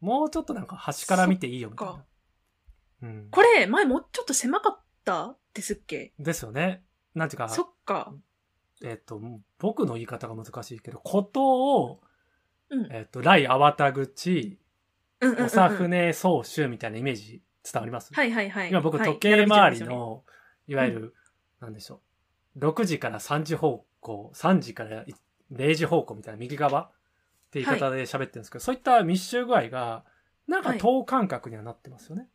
Speaker 2: もうちょっとなんか端から見ていいよみたい
Speaker 1: そっ
Speaker 2: な。うん。
Speaker 1: これ、前もうちょっと狭かったですっけ
Speaker 2: ですよね。なんていうか、
Speaker 1: そっか。
Speaker 2: えっと、僕の言い方が難しいけど、ことを、
Speaker 1: うん。うん
Speaker 2: えっと、来あわた口、
Speaker 1: うんうんうん
Speaker 2: おさふね総集みたいなイメージ伝わります
Speaker 1: はいはいはい。
Speaker 2: 今僕
Speaker 1: はい
Speaker 2: 時計回り。
Speaker 1: 並べちゃうん
Speaker 2: の、いわゆる、なんでしょう。6時から3時方向、3時から0時方向みたいな右側って言い方で喋ってるんですけど、そういった密集具合が、なんか
Speaker 1: はい
Speaker 2: 等間隔にはなってますよね。
Speaker 1: ですよね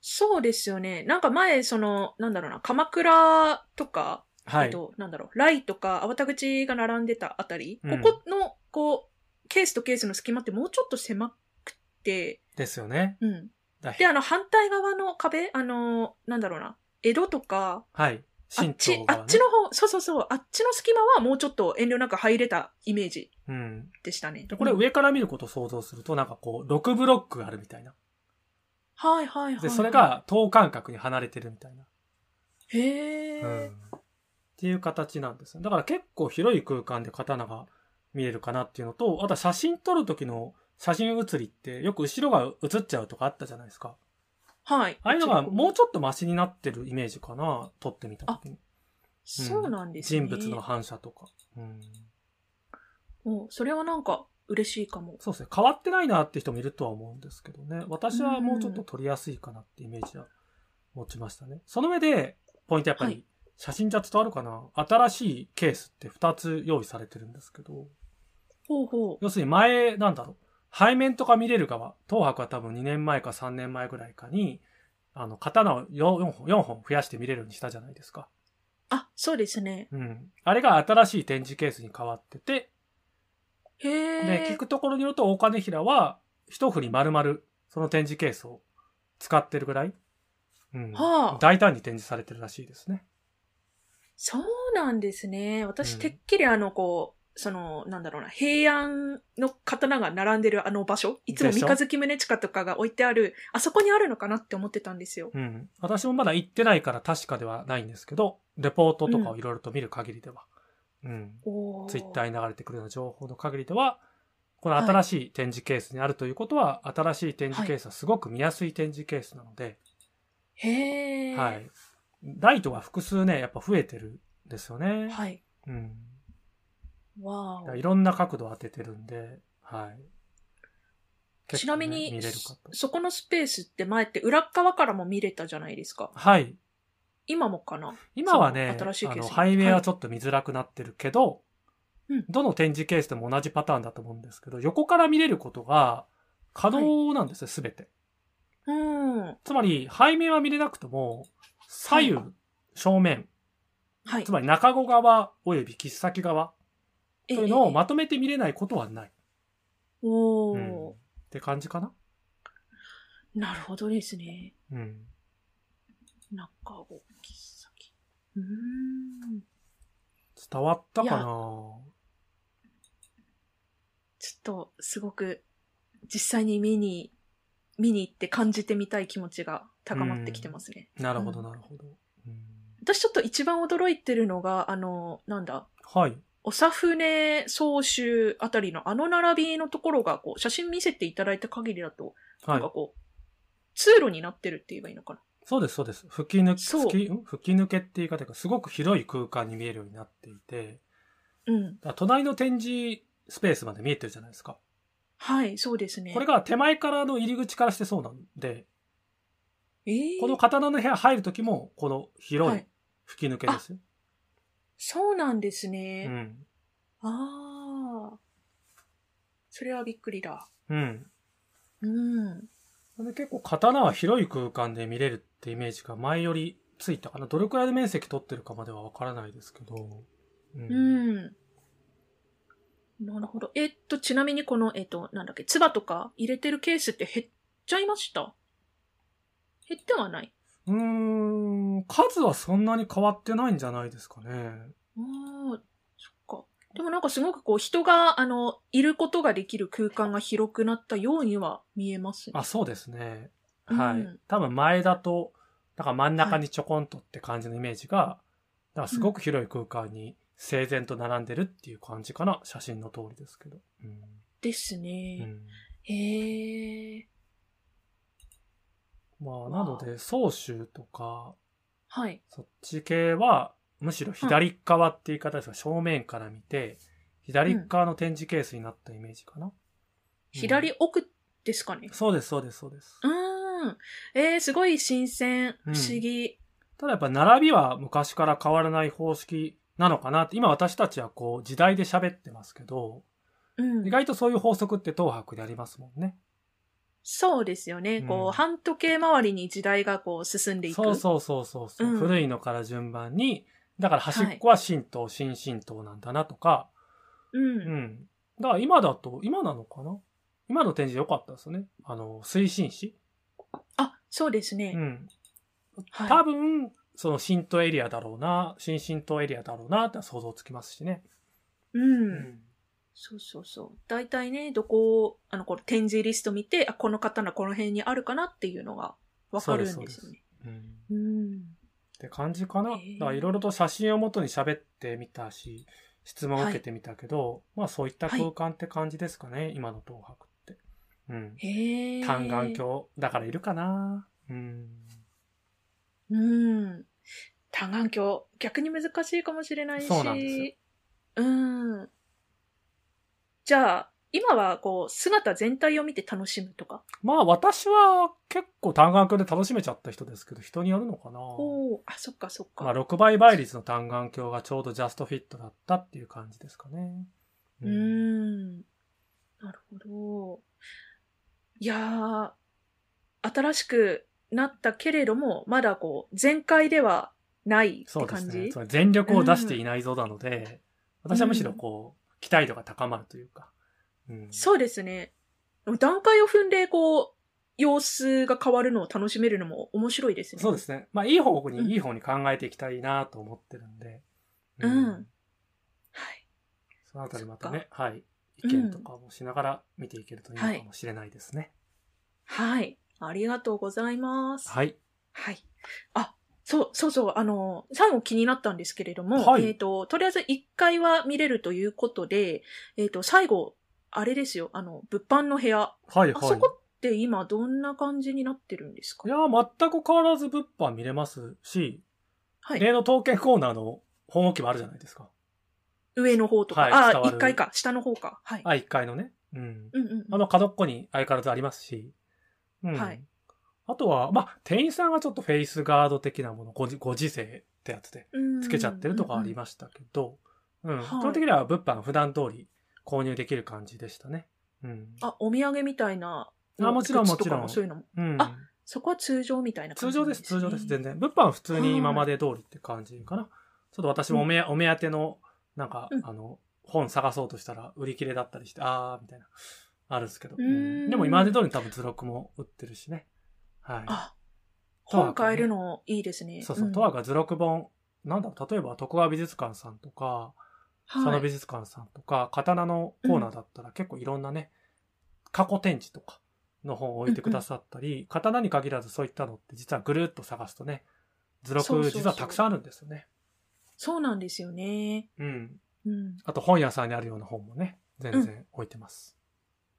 Speaker 1: そうですよね。なんか前、その、なんだろうな、鎌倉とか、
Speaker 2: は
Speaker 1: えっ
Speaker 2: い。
Speaker 1: と、なんだろう、ライとか、粟田口が並んでたあたり、
Speaker 2: うん
Speaker 1: ここの、こう、ケースとケースの隙間ってもうちょっと狭くて、
Speaker 2: ですよね。
Speaker 1: うん。
Speaker 2: だへ
Speaker 1: で、あの、反対側の壁、あの、なんだろうな、江戸とか、
Speaker 2: はい。
Speaker 1: あ
Speaker 2: 身
Speaker 1: っち、
Speaker 2: 長
Speaker 1: あ
Speaker 2: が、ね。
Speaker 1: っちの方、そうそうそう、あっちの隙間はもうちょっと遠慮なく入れたイメージ
Speaker 2: うん。
Speaker 1: でしたね。
Speaker 2: で、これ
Speaker 1: うん
Speaker 2: 上から見ることを想像すると、なんかこう、6ブロックあるみたいな。
Speaker 1: はいはいはいはい。
Speaker 2: で、それ、が等間隔に離れてるみたいな。
Speaker 1: へ
Speaker 2: う
Speaker 1: ー
Speaker 2: んっていう形なんですよだから結構広い空間で刀が見えるかなっていうのと、あとは写真撮る時の写真写りってよく後ろが写っちゃうとかあったじゃないですか。
Speaker 1: はい。
Speaker 2: ああいうのがもう
Speaker 1: ちょっと、
Speaker 2: ちょっとマシになってるイメージかな、撮ってみた時に。
Speaker 1: そうなんですね。
Speaker 2: 人物の反射とか。うん、
Speaker 1: うんそれはなんか、嬉しいかも。
Speaker 2: そうですね。変わってないなって人もいるとは思うんですけどね。私はもうちょっと撮りやすいかなってイメージは持ちましたね。その上で、ポイントやっぱ
Speaker 1: は
Speaker 2: り、写真じゃ伝わるかな、新しいケースって2つ用意されてるんですけど。
Speaker 1: ほうほう。
Speaker 2: 要するに前、なんだろう、背面とか見れる側、東博は多分2年前か3年前ぐらいかに、あの、刀を 4, 本4本増やして見れるようにしたじゃないですか。
Speaker 1: あ、そうですね。
Speaker 2: うん。あれが新しい展示ケースに変わってて、
Speaker 1: へー
Speaker 2: で、聞くところによると、大金平は、一振り丸々、その展示ケースを使ってるぐらい、うん。
Speaker 1: はあ
Speaker 2: 大胆に展示されてるらしいですね。
Speaker 1: そうなんですね。私、
Speaker 2: うん
Speaker 1: てっきりあの、こう、その、なんだろうな、平安の刀が並んでるあの場所、いつも
Speaker 2: で
Speaker 1: 三
Speaker 2: しょ
Speaker 1: 日月宗近とかが置いてある、あそこにあるのかなって思ってたんですよ。
Speaker 2: うん。私もまだ行ってないから確かではないんですけど、レポートとかをいろいろと見る限りでは、うん
Speaker 1: お
Speaker 2: ツイッタ
Speaker 1: ー。
Speaker 2: ーに流れてくるような情報の限りでは、この新しい展示ケースにあるということは、新しい展示ケースはすごく見やすい展示ケースなので、
Speaker 1: へえ。
Speaker 2: はい。。ライトが複数ね、やっぱ増えてるんですよね。
Speaker 1: はい。
Speaker 2: うん。
Speaker 1: わ
Speaker 2: だからい
Speaker 1: ー
Speaker 2: ろんな角度を当ててるんで、はい。
Speaker 1: お。ちなみに、
Speaker 2: 結構ね見れるか
Speaker 1: そ
Speaker 2: と。
Speaker 1: そこのスペースって前って裏っ側からも見れたじゃないですか。
Speaker 2: はい。
Speaker 1: 今もか な
Speaker 2: 今はね、
Speaker 1: そう新しいケース
Speaker 2: あの、
Speaker 1: に
Speaker 2: 背面はちょっと見づらくなってるけど、
Speaker 1: うん
Speaker 2: どの展示ケースでも同じパターンだと思うんですけど、横から見れることが可能なんですよ、すべて。
Speaker 1: うん。は
Speaker 2: つまり、背面は見れなくても、左右、正面、
Speaker 1: い。
Speaker 2: つまり中子側及び切っ先側
Speaker 1: え
Speaker 2: というのをまとめて見れないことはない。
Speaker 1: えお
Speaker 2: う
Speaker 1: ー
Speaker 2: ん、って感じかな。
Speaker 1: なるほどですね。
Speaker 2: うん。
Speaker 1: 中尾切先。うーん。
Speaker 2: 伝わった
Speaker 1: い
Speaker 2: か
Speaker 1: や
Speaker 2: な
Speaker 1: ちょっと、すごく、実際に見に、見に行って感じてみたい気持ちが高まってきてますね。
Speaker 2: なるほど、
Speaker 1: うん
Speaker 2: なるほど。うん
Speaker 1: 私ちょっと一番驚いてるのが、あの、なんだ、
Speaker 2: はい。
Speaker 1: おさふね総集あたりのあの並びのところが、こう、写真見せていただいた限りだと、な
Speaker 2: は
Speaker 1: んか
Speaker 2: い。
Speaker 1: こう、通路になってるって言えばいいのかな。
Speaker 2: そうです、そうです。吹き抜
Speaker 1: そう
Speaker 2: け、吹きん吹き抜けって言い方がすごく広い空間に見えるようになっていて、
Speaker 1: うん。
Speaker 2: だから隣の展示スペースまで見えてるじゃないですか。
Speaker 1: はい、そうですね。
Speaker 2: これが手前からの入り口からしてそうなんで、
Speaker 1: ええ
Speaker 2: この刀の部屋入る時も、この広
Speaker 1: はいい
Speaker 2: 吹き抜けですよ。
Speaker 1: そうなんです
Speaker 2: う
Speaker 1: ね。
Speaker 2: ん。
Speaker 1: ああ。それはびっくりだ。
Speaker 2: うん。
Speaker 1: うん。
Speaker 2: なんで結構刀は広い空間で見れるってイメージが前よりついたかな。どれくらいで面積取ってるかまではわからないですけど。うん
Speaker 1: うん。なるほど。えっと、ちなみにこの、えっと、なんだっけ、唾とか入れてるケースって減っちゃいました減ってはない。
Speaker 2: うーん、数はそんなに変わってないんじゃないですかね。
Speaker 1: ああ、そっか。でもなんかすごくこう人が、あの、いることができる空間が広くなったようには見えますね。
Speaker 2: あ、そうですね。はい。
Speaker 1: うん
Speaker 2: 多分前だと、なんか真ん中にちょこんとって感じのイメージが、だからすごく広い空間に整然と並んでるっていう感じかな。写真の通りですけど。うん
Speaker 1: です
Speaker 2: う
Speaker 1: ね。
Speaker 2: ん
Speaker 1: へえ。
Speaker 2: まあ、なので、総州とか、
Speaker 1: はい。
Speaker 2: そっち系は、むしろ左側って言い方ですが、正面から見て、左側の展示ケースになったイメージかな。
Speaker 1: 左奥ですかね。
Speaker 2: そうです、そうです、そうです。
Speaker 1: うーん。えー、すごい新鮮。
Speaker 2: う
Speaker 1: 不
Speaker 2: ん
Speaker 1: 思議。
Speaker 2: ただやっぱ並びは昔から変わらない方式なのかなって、今私たちはこう時代で喋ってますけど、
Speaker 1: うん
Speaker 2: 意。外とそういう法則って東博でありますもんね。
Speaker 1: そうですよね。
Speaker 2: うん
Speaker 1: こう、半時計回りに時代がこう進んでいく。
Speaker 2: そうそうそうそうそう、
Speaker 1: うん
Speaker 2: 古いのから順番に、だから端っこは神道、新神道なんだなとか、
Speaker 1: う。う。
Speaker 2: うんん。だから今だと、今なのかな今の展示良かったですね。あの、推進士。
Speaker 1: あ、そうですね。
Speaker 2: うん。
Speaker 1: はい。
Speaker 2: 多分、その神道エリアだろうな、新神道エリアだろうなって想像つきますしね。
Speaker 1: う。
Speaker 2: うん
Speaker 1: そうそうそう。大体ね、どこを、あの、この展示リスト見て、あ、この刀この辺にあるかなっていうのがわかるん
Speaker 2: そう
Speaker 1: で
Speaker 2: です
Speaker 1: す
Speaker 2: そ
Speaker 1: よね。
Speaker 2: うん
Speaker 1: うん。
Speaker 2: って感じかな。
Speaker 1: へ
Speaker 2: だ
Speaker 1: ー
Speaker 2: からいろいろと写真を元に喋ってみたし、質問を受けてみたけど、まあそういった空間って感じですかね、今の東博って。うん。
Speaker 1: へえ。
Speaker 2: 単眼。鏡だからいるかな。うん。
Speaker 1: うん。単眼鏡。逆に難しいかもしれないし。
Speaker 2: そうなんですよ
Speaker 1: うん。じゃあ、今はこう、姿全体を見て楽しむとか。
Speaker 2: まあ私は結構単眼鏡で楽しめちゃった人ですけど、人によるのかな。
Speaker 1: おおあ、そっかそっか。
Speaker 2: まあ6倍倍率の単眼鏡がちょうどジャストフィットだったっていう感じですかね。
Speaker 1: うーん。なるほど。いやー、新しくなったけれども、まだこう、全開ではないっ
Speaker 2: そ
Speaker 1: て
Speaker 2: うです
Speaker 1: 感
Speaker 2: ね。
Speaker 1: じ
Speaker 2: つまり全力を出していないぞなので、
Speaker 1: ん
Speaker 2: 私はむしろこう、期待度が高まるというか。うん
Speaker 1: そうですね。段階を踏んで、こう、様子が変わるのを楽しめるのも面白いですね。
Speaker 2: そうですね。まあ、いい方に、
Speaker 1: うん
Speaker 2: いい方に考えていきたいなと思ってるんで。
Speaker 1: うんはい。
Speaker 2: そのあたりまたね、はい。意見とかもしながら見ていけるといいのかもしれないですね。
Speaker 1: はい。ありがとうございます。はい。
Speaker 2: はい。
Speaker 1: あ、そう、そうそう、あの、最後気になったんですけれども、
Speaker 2: はい
Speaker 1: えっ、と、とりあえず1回は見れるということで、えっ、と、最後、あれですよ、あの、物販の部屋。
Speaker 2: はい、
Speaker 1: あ
Speaker 2: はい。
Speaker 1: そこって今どんな感じになってるんです
Speaker 2: い
Speaker 1: か
Speaker 2: やー、全く変わらず物販見れますし、
Speaker 1: はい。
Speaker 2: 例の刀剣コーナーの本置き場あるじゃないですか。
Speaker 1: 上の方とか。
Speaker 2: はい
Speaker 1: あ
Speaker 2: 伝
Speaker 1: あ、
Speaker 2: わる
Speaker 1: 1階か。下の方か。はい。
Speaker 2: あ、1階のね。うん。
Speaker 1: うんうん。
Speaker 2: あの角っこに相変わらずありますし。うん。
Speaker 1: はい
Speaker 2: あとは、まあ、店員さんがちょっとフェイスガード的なもの、ごじご時世ってやつで、
Speaker 1: うん
Speaker 2: つけちゃってるとかありましたけど、うん。
Speaker 1: はい
Speaker 2: 基本的には物販普段通り購入できる感じでしたね。うん。
Speaker 1: うんうんあ、お土産みたいな。
Speaker 2: あもちろん
Speaker 1: グッズとか
Speaker 2: もちろん
Speaker 1: そういうのも。
Speaker 2: うん
Speaker 1: あそこは通常みたいな感
Speaker 2: 通
Speaker 1: じな
Speaker 2: 常
Speaker 1: ん
Speaker 2: です、通常です、全然。物販は普通に今まで通りって感じかな。ちょっと私もお目,、お目当ての、なんか、
Speaker 1: うん
Speaker 2: あの、本探そうとしたら売り切れだったりして、あー、みたいな、あるんですけど。
Speaker 1: うーん
Speaker 2: でも今まで通りに多分図録も売ってるしね。はい。
Speaker 1: あ、
Speaker 2: とは
Speaker 1: 本買えるのいいですね。
Speaker 2: そうそう、
Speaker 1: ん
Speaker 2: とはが図録本、なんだろう、例えば徳川美術館さんとか、佐
Speaker 1: は
Speaker 2: 野
Speaker 1: い
Speaker 2: 美術館さんとか、刀のコーナーだったら結構いろんなね、過去展示とかの本を置いてくださったり、刀に限らずそういったのって実はぐるっと探すとね、図
Speaker 1: そうそ
Speaker 2: 録
Speaker 1: うそう
Speaker 2: 実はたくさんあるんですよね。
Speaker 1: そうなんですよね。
Speaker 2: うん。
Speaker 1: うん。
Speaker 2: あと本屋さんにあるような本もね、全然置いてます。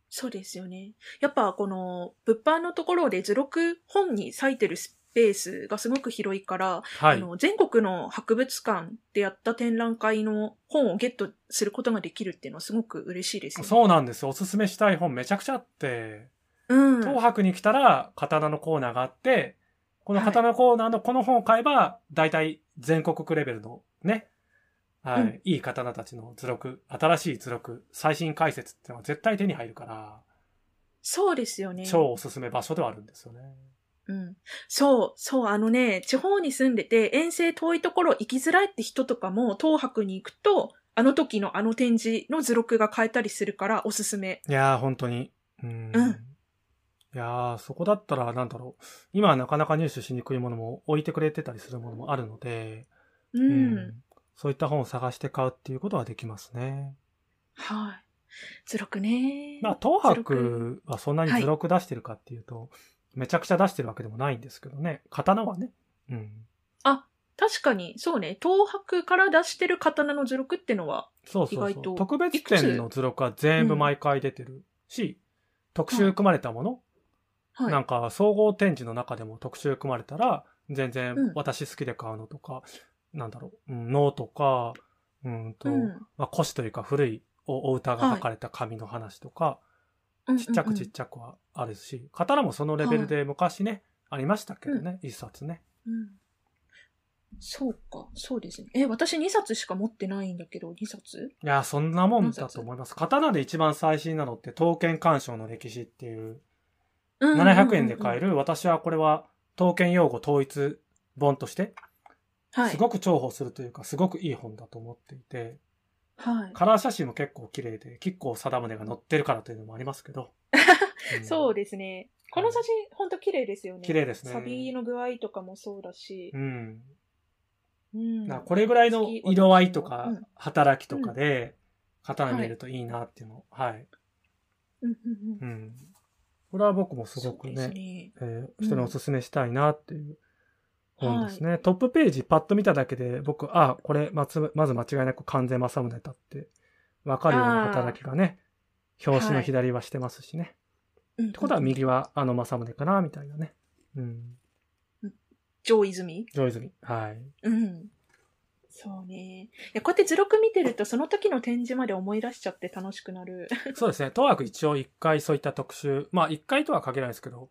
Speaker 1: そうですよね。やっぱこの、物販のところで図録本に割いてるスペースがすごく広いから、
Speaker 2: は
Speaker 1: あ
Speaker 2: い。
Speaker 1: の全国の博物館でやった展覧会の本をゲットすることができるっていうのはすごく嬉しいですよね。
Speaker 2: そうなんですよ。おすすめしたい本めちゃくちゃあって、
Speaker 1: うん。
Speaker 2: 東博に来たら刀のコーナーがあって、この刀コーナーのこの本を買えば、大体全国区レベルのね、はい、
Speaker 1: うん
Speaker 2: いい刀たちの図録、新しい図録、最新解説っていうのは絶対手に入るから、
Speaker 1: そうですよね。
Speaker 2: 超おすすめ場所ではあるんですよね。
Speaker 1: うん。そう、そう、あのね、地方に住んでて遠征遠いところ行きづらいって人とかも、東博に行くと、あの時のあの展示の図録が買えたりするからおすすめ。
Speaker 2: いやー、本当に。うん。
Speaker 1: うん
Speaker 2: いやー、そこだったら、なんだろう。今はなかなか入手しにくいものも置いてくれてたりするものもあるので、
Speaker 1: うん。
Speaker 2: うんそういった本を探して買うっていうことはできますね。
Speaker 1: はい。図録ね。
Speaker 2: まあ、東博はそんなに図録出してるかっていうと、めちゃくちゃ出してるわけでもないんですけどね。刀はね。うん。
Speaker 1: 確かに、そうね、東博から出してる刀の図録ってのは、
Speaker 2: そうそう
Speaker 1: 意外
Speaker 2: そう。
Speaker 1: と
Speaker 2: 特別展の図録は全部毎回出てるし、特集組まれたもの、
Speaker 1: はい。
Speaker 2: なんか総合展示の中でも特集組まれたら全然
Speaker 1: うん
Speaker 2: 私好きで買うのとか、なんだろううん能とかうんと、
Speaker 1: うん
Speaker 2: まあ、古紙というか古いおお歌が書かれた紙の話とか、
Speaker 1: うんうんうん
Speaker 2: ちっちゃくちっちゃくはあるし、刀もそのレベルで昔ね、ありましたけどね、一冊ね
Speaker 1: うんそうか、そうですね。え、私2冊しか持ってないんだけど、2冊
Speaker 2: いやそんなもん
Speaker 1: 何
Speaker 2: だと
Speaker 1: 冊
Speaker 2: 思います刀で一番最新なのって刀剣鑑賞の歴史っていう
Speaker 1: うん
Speaker 2: 700円で買え
Speaker 1: る。
Speaker 2: る、私はこれは刀剣用語統一本として
Speaker 1: はい。
Speaker 2: すごく重宝するというか、すごくいい本だと思っていて、
Speaker 1: はい。
Speaker 2: カラー写真も結構綺麗で、結構貞宗が載ってるからというのもあります けど。うん
Speaker 1: そうですね。この写真、ほんと綺麗ですよね。
Speaker 2: 綺麗ですね
Speaker 1: サビの具合とかもそうだし。
Speaker 2: うん。
Speaker 1: うん。
Speaker 2: なんかこれぐらいの色合いとか
Speaker 1: うん、
Speaker 2: 働きとかで、刀見るといいなっていうの。はい。
Speaker 1: うんうんうん
Speaker 2: うん。これは僕もすごく
Speaker 1: そう
Speaker 2: ね
Speaker 1: です、ね。
Speaker 2: えー人におすすめしたいなっていう本ですね。トップページパッと見ただけで、僕、あ、これ、まつまず間違いなく完全正宗だって、わかるような働きがね、表紙の左はしてますしね。
Speaker 1: うん。っ
Speaker 2: ってことは、右はあの正宗かな、みたいなね。うん。
Speaker 1: 上泉
Speaker 2: 上泉。はい。
Speaker 1: うん。そうね。いや、こうやって図録見てると、その時の展示まで思い出しちゃって楽しくなる。
Speaker 2: そうですね。東博一応一回そういった特集、まあ一回とは限らないですけど、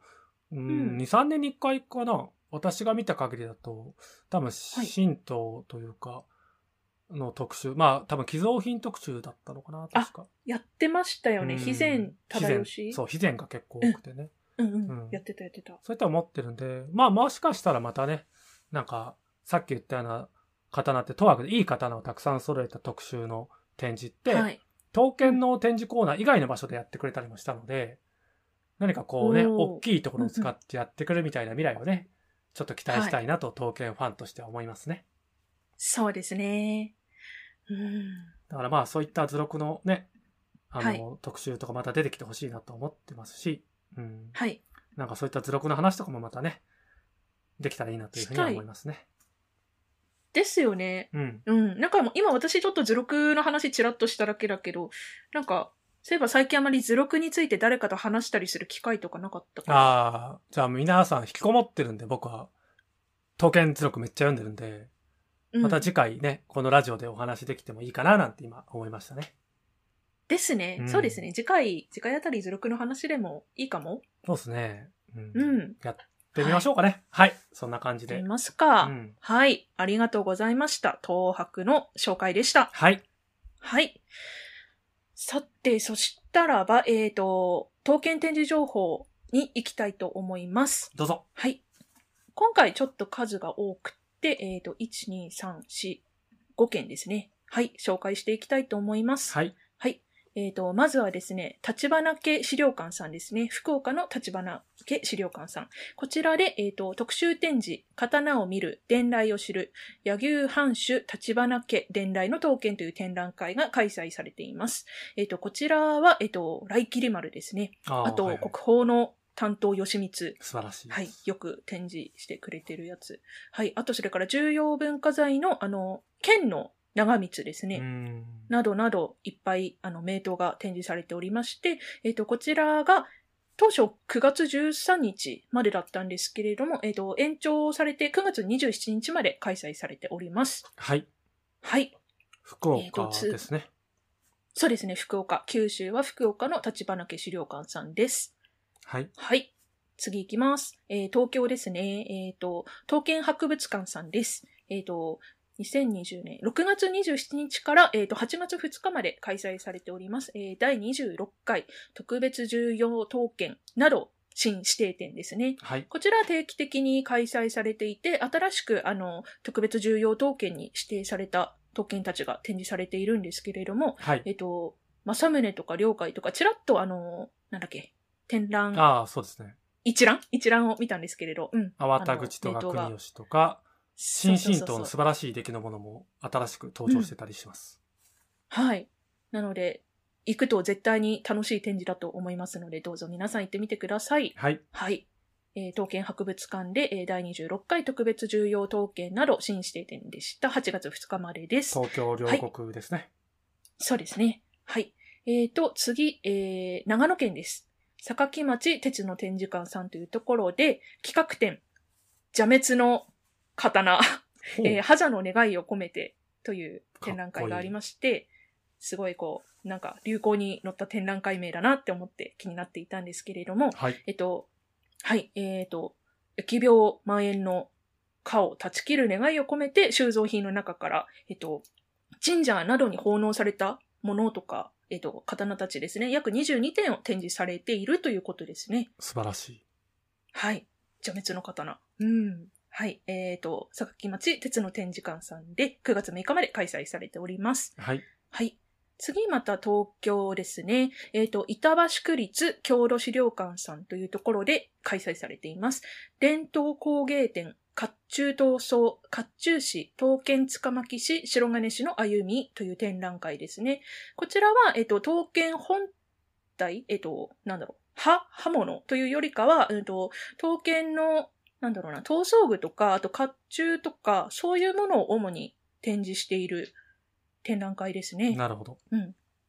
Speaker 2: うん、
Speaker 1: うん
Speaker 2: 2、3年に一回かな。私が見た限りだと、多分
Speaker 1: い
Speaker 2: 神道というか、の特集、まあ多分寄贈品特集だったのかな、確か。
Speaker 1: やってましたよね。
Speaker 2: うん
Speaker 1: 肥前忠
Speaker 2: 肥前
Speaker 1: 義。
Speaker 2: そう、肥前が結構多くてね。
Speaker 1: うんうん。
Speaker 2: うん
Speaker 1: やってたやってた。
Speaker 2: そういった思ってるんで、まあもしかしたらまたね、なんか、さっき言ったような刀って、東博でいい刀をたくさん揃えた特集の展示って、
Speaker 1: はい。
Speaker 2: 刀剣の展示コーナー以外の場所でやってくれたりもしたので、何かこうね、
Speaker 1: おー
Speaker 2: 大きいところを使ってやってくれるみたいな未来をね、ちょっと期待したいなと、刀剣ファンとしては思いますね。
Speaker 1: そうですね。うん。
Speaker 2: だからまあ、そういった図録のね、あの、
Speaker 1: はい
Speaker 2: 特集とかまた出てきてほしいなと思ってますし、うん。
Speaker 1: はい。
Speaker 2: なんかそういった図録の話とかもまたね、できたらいいなというふうには思いますね。
Speaker 1: ですよね。
Speaker 2: うん。
Speaker 1: うん。なんかもう今私ちょっと図録の話ちらっとしただけだけど、なんか、そういえば最近あまり図録について誰かと話したりする機会とかなかったから。
Speaker 2: ああ、じゃあ皆さん引きこもってるんで、僕は、刀剣図録めっちゃ読んでるんで、
Speaker 1: うん
Speaker 2: また次回ね、このラジオでお話できてもいいかななんて今思いましたね。
Speaker 1: ですね、
Speaker 2: うん
Speaker 1: そうですね。次回、次回あたり図録の話でもいいかも。
Speaker 2: そうですね。うん
Speaker 1: うん。
Speaker 2: やってみましょうかね。はい。そんな感じ
Speaker 1: や
Speaker 2: で
Speaker 1: り。ますか、
Speaker 2: うん
Speaker 1: はい。ありがとうございました。東博の紹介でした。
Speaker 2: はい。
Speaker 1: はい。さて、そしたらば、えーと、刀剣展示情報に行きたいと思います。
Speaker 2: どうぞ。
Speaker 1: はい。今回ちょっと数が多くて、えっ、と、1、2、3、4、5件ですね。はい。紹介していきたいと思います。
Speaker 2: はい。
Speaker 1: はい。えっ、と、まずはですね、立花家資料館さんですね。福岡の立花家資料館さん。こちらで、えっ、と、特集展示、刀を見る、伝来を知る、柳生藩主立花家伝来の刀剣という展覧会が開催されています。えっ、と、こちらは、えっ、と、来切丸ですね。
Speaker 2: あー
Speaker 1: あと、
Speaker 2: はいはい
Speaker 1: 国宝の担当義満。
Speaker 2: 素晴らしい。
Speaker 1: はい。よく展示してくれてるやつ。はい。あと、それから重要文化財の、あの、県の長光ですね。
Speaker 2: うん。
Speaker 1: などなど、いっぱい、あの、名刀が展示されておりまして、えっ、と、こちらが、当初9月13日までだったんですけれども、えっ、と、延長されて9月27日まで開催されております。
Speaker 2: はい。
Speaker 1: はい。
Speaker 2: 福
Speaker 1: えーと
Speaker 2: 岡
Speaker 1: つ
Speaker 2: ですね。
Speaker 1: そうですね、福岡。九州は福岡の立花家資料館さんです。
Speaker 2: はい。
Speaker 1: はい。次行きます。えー東京ですね。えっ、と、刀剣博物館さんです。えっ、と、2020年6月27日から、えー、と8月2日まで開催されております、えー第26回特別重要刀剣など新指定店ですね。
Speaker 2: はい。
Speaker 1: こちらは定期的に開催されていて、新しくあの特別重要刀剣に指定された刀剣たちが展示されているんですけれども、
Speaker 2: はい。
Speaker 1: えっと、正宗とか良海とか、ちらっとあの、なんだっけ、展覧、
Speaker 2: ああ、そうですね。
Speaker 1: 一覧一覧を見たんですけれど、うん。
Speaker 2: 粟田口とか
Speaker 1: あの名刀が
Speaker 2: 国吉とか、新進
Speaker 1: そう
Speaker 2: 党
Speaker 1: そう
Speaker 2: の
Speaker 1: そう
Speaker 2: 素晴らしい出来のものも新しく登場してたりします。
Speaker 1: はい。なので、行くと絶対に楽しい展示だと思いますので、どうぞ皆さん行ってみてください。
Speaker 2: はい。
Speaker 1: はい。えー、刀剣博物館で、えー第26回特別重要刀剣など新指定展でした。8月2日までです。
Speaker 2: 東京両国ですね。
Speaker 1: そうですね。はい。えーと、次、えー、長野県です。坂木町鉄の展示館さんというところで、企画展、蛇滅の刀、
Speaker 2: ほう
Speaker 1: えー、覇者の願いを込めてという展覧
Speaker 2: かっこ
Speaker 1: 会
Speaker 2: いい
Speaker 1: がありまして、すごいこう、なんか流行に乗った展覧会名だなって思って気になっていたんですけれども、
Speaker 2: はい。
Speaker 1: えっと、はい、えっと、疫病蔓延の蚊を断ち切る願いを込めて収蔵品の中から、えっと、神社などに奉納されたものとか、えっと、刀たちですね、約22点を展示されているということですね。
Speaker 2: 素晴らしい。
Speaker 1: はい。邪滅の刀。うん。はい。えっ、と、坂木町鉄の展示館さんで9月6日まで開催されております。
Speaker 2: はい。
Speaker 1: はい。次また東京ですね。えっ、と、板橋区立郷土資料館さんというところで開催されています。伝統工芸展、甲冑闘争、甲冑師、刀剣塚巻師、白金師の歩みという展覧会ですね。こちらは、えっ、と、刀剣本体、えっ、と、なんだろう、刃、刃物というよりかは、うんと、刀剣の、なんだろうな、闘争具とか、あと甲冑とか、そういうものを主に展示している展覧会ですね。
Speaker 2: なるほど。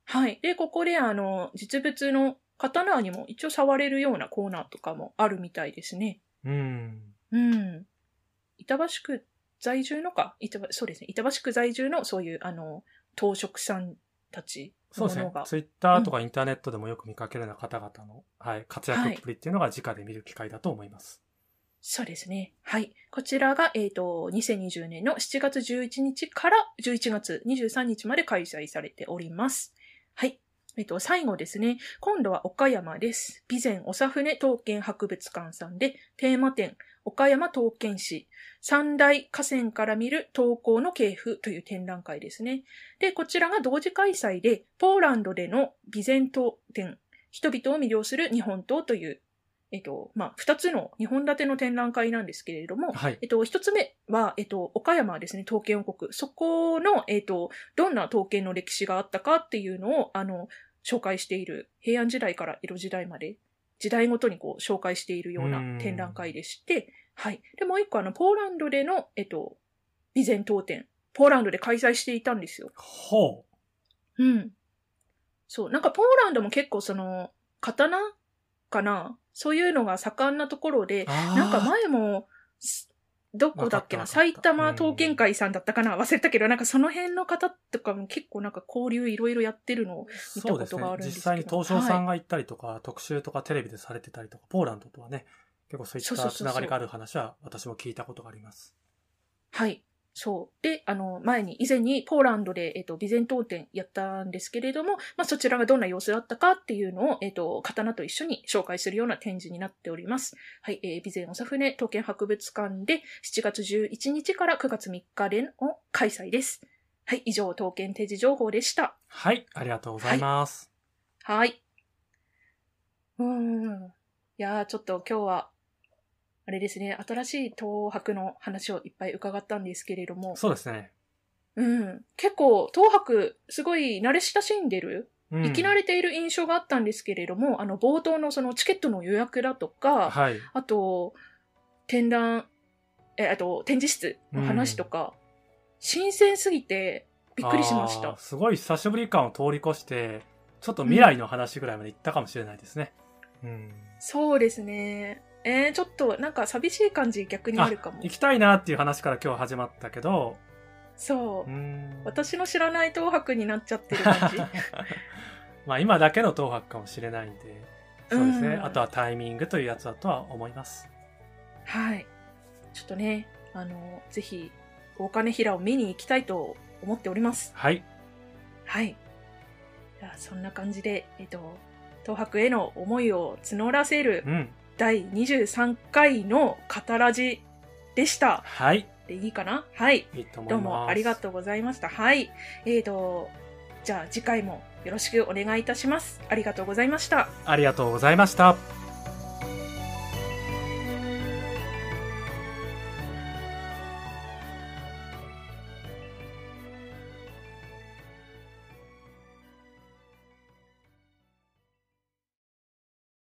Speaker 1: はい。で、ここで、あの、実物の刀にも一応触れるようなコーナーとかもあるみたいですね。
Speaker 2: うん。
Speaker 1: うん。板橋区在住のか、板橋そうですね。板橋区在住のそういう、あの、当職さんたち
Speaker 2: そ
Speaker 1: のも
Speaker 2: うです
Speaker 1: の
Speaker 2: ね
Speaker 1: が。。
Speaker 2: ツイッターとかインターネットでもよく見かけるような方々の、はい、活躍っぷりっていうのが直で見る機会だと思います。
Speaker 1: そうですね。はい。こちらが、えっ、と、2020年の7月11日から11月23日まで開催されております。はい。えっ、と、最後ですね。今度は岡山です。備前長船刀剣博物館さんで、テーマ展、岡山刀剣史、三大河川から見る刀工の系譜という展覧会ですね。で、こちらが同時開催で、ポーランドでの備前刀展、人々を魅了する日本刀というえっと、まあ、二つの二本立ての展覧会なんですけれども、
Speaker 2: はい。
Speaker 1: えっと、一つ目は、えっと、岡山ですね、刀剣王国。そこの、えっと、どんな刀剣の歴史があったかっていうのを、あの、紹介している、平安時代から江戸時代まで、時代ごとにこう、紹介しているような
Speaker 2: うん
Speaker 1: 展覧会でして、はい。で、もう一個、あの、ポーランドでの、えっと、備前刀展。ポーランドで開催していたんですよ。
Speaker 2: ほう。
Speaker 1: うん。そう。なんかポーランドも結構その、刀かなそういうのが盛んなところで、
Speaker 2: あー
Speaker 1: なんか前も、すどこだっけな
Speaker 2: わかったわか
Speaker 1: 埼
Speaker 2: った
Speaker 1: 玉刀剣会さんだったかな忘れたけど、なんかその辺の方とかも結構なんか交流いろいろやってるのを。見た
Speaker 2: そ
Speaker 1: こ
Speaker 2: うです
Speaker 1: と
Speaker 2: ね
Speaker 1: があるん。ですけど
Speaker 2: 実際に東証さんが行ったりとか、特集とかテレビでされてたりとか、ポーランドとはね、結構そうい
Speaker 1: そう
Speaker 2: っ
Speaker 1: そう
Speaker 2: た
Speaker 1: そうそ
Speaker 2: つ
Speaker 1: う
Speaker 2: ながりがある話は私も聞いたことがあります。
Speaker 1: はい。そう。で、あの、前に、以前にポーランドで、えっ、と、備前刀展やったんですけれども、まあ、そちらがどんな様子だったかっていうのを、えっ、と、刀と一緒に紹介するような展示になっております。はい。えー、備前長船刀剣博物館で、7月11日から9月3日での開催です。はい。以上、刀剣展示情報でした。
Speaker 2: はい、ありがとうございます。
Speaker 1: はい。うーん。いやー、ちょっと今日は、あれですね、新しい東博の話をいっぱい伺ったんですけれども、
Speaker 2: そうですね。
Speaker 1: うん。結構、東博、すごい慣れ親しんでる、
Speaker 2: うん
Speaker 1: 生き慣れている印象があったんですけれども、あの、冒頭のそのチケットの予約だとか、
Speaker 2: はい。
Speaker 1: あと、展覧、え、あと、展示室の話とか、新鮮すぎて、びっくりしまし
Speaker 2: あ
Speaker 1: た
Speaker 2: ー。すごい久しぶり感を通り越して、ちょっと未来の話ぐらいまで行ったかもしれないですね。うん。
Speaker 1: そうですね。えー、ちょっと、なんか寂しい感じ逆にあるかも
Speaker 2: 行。きたいなっていう話から今日始まったけど、
Speaker 1: そうう。
Speaker 2: ん。
Speaker 1: 私の知らない 東博になっちゃってる感じ。
Speaker 2: まあ今だけの東博かもしれないんで、そうですね。
Speaker 1: ん
Speaker 2: あとはタイミングというやつだとは思います。
Speaker 1: はい。ちょっとね、あの、ぜひ、大金平を見に行きたいと思っております。
Speaker 2: はい。
Speaker 1: はい。じゃあ、そんな感じで、えっと、東博への思いを募らせる
Speaker 2: うん。
Speaker 1: 第23回の語らじでした。
Speaker 2: はい。
Speaker 1: で、いいかなはい。
Speaker 2: いいと思います。
Speaker 1: どうもありがとうございました。はい。えっ、と、じゃあ次回もよろしくお願いいたします。ありがとうございました。
Speaker 2: ありがとうございました。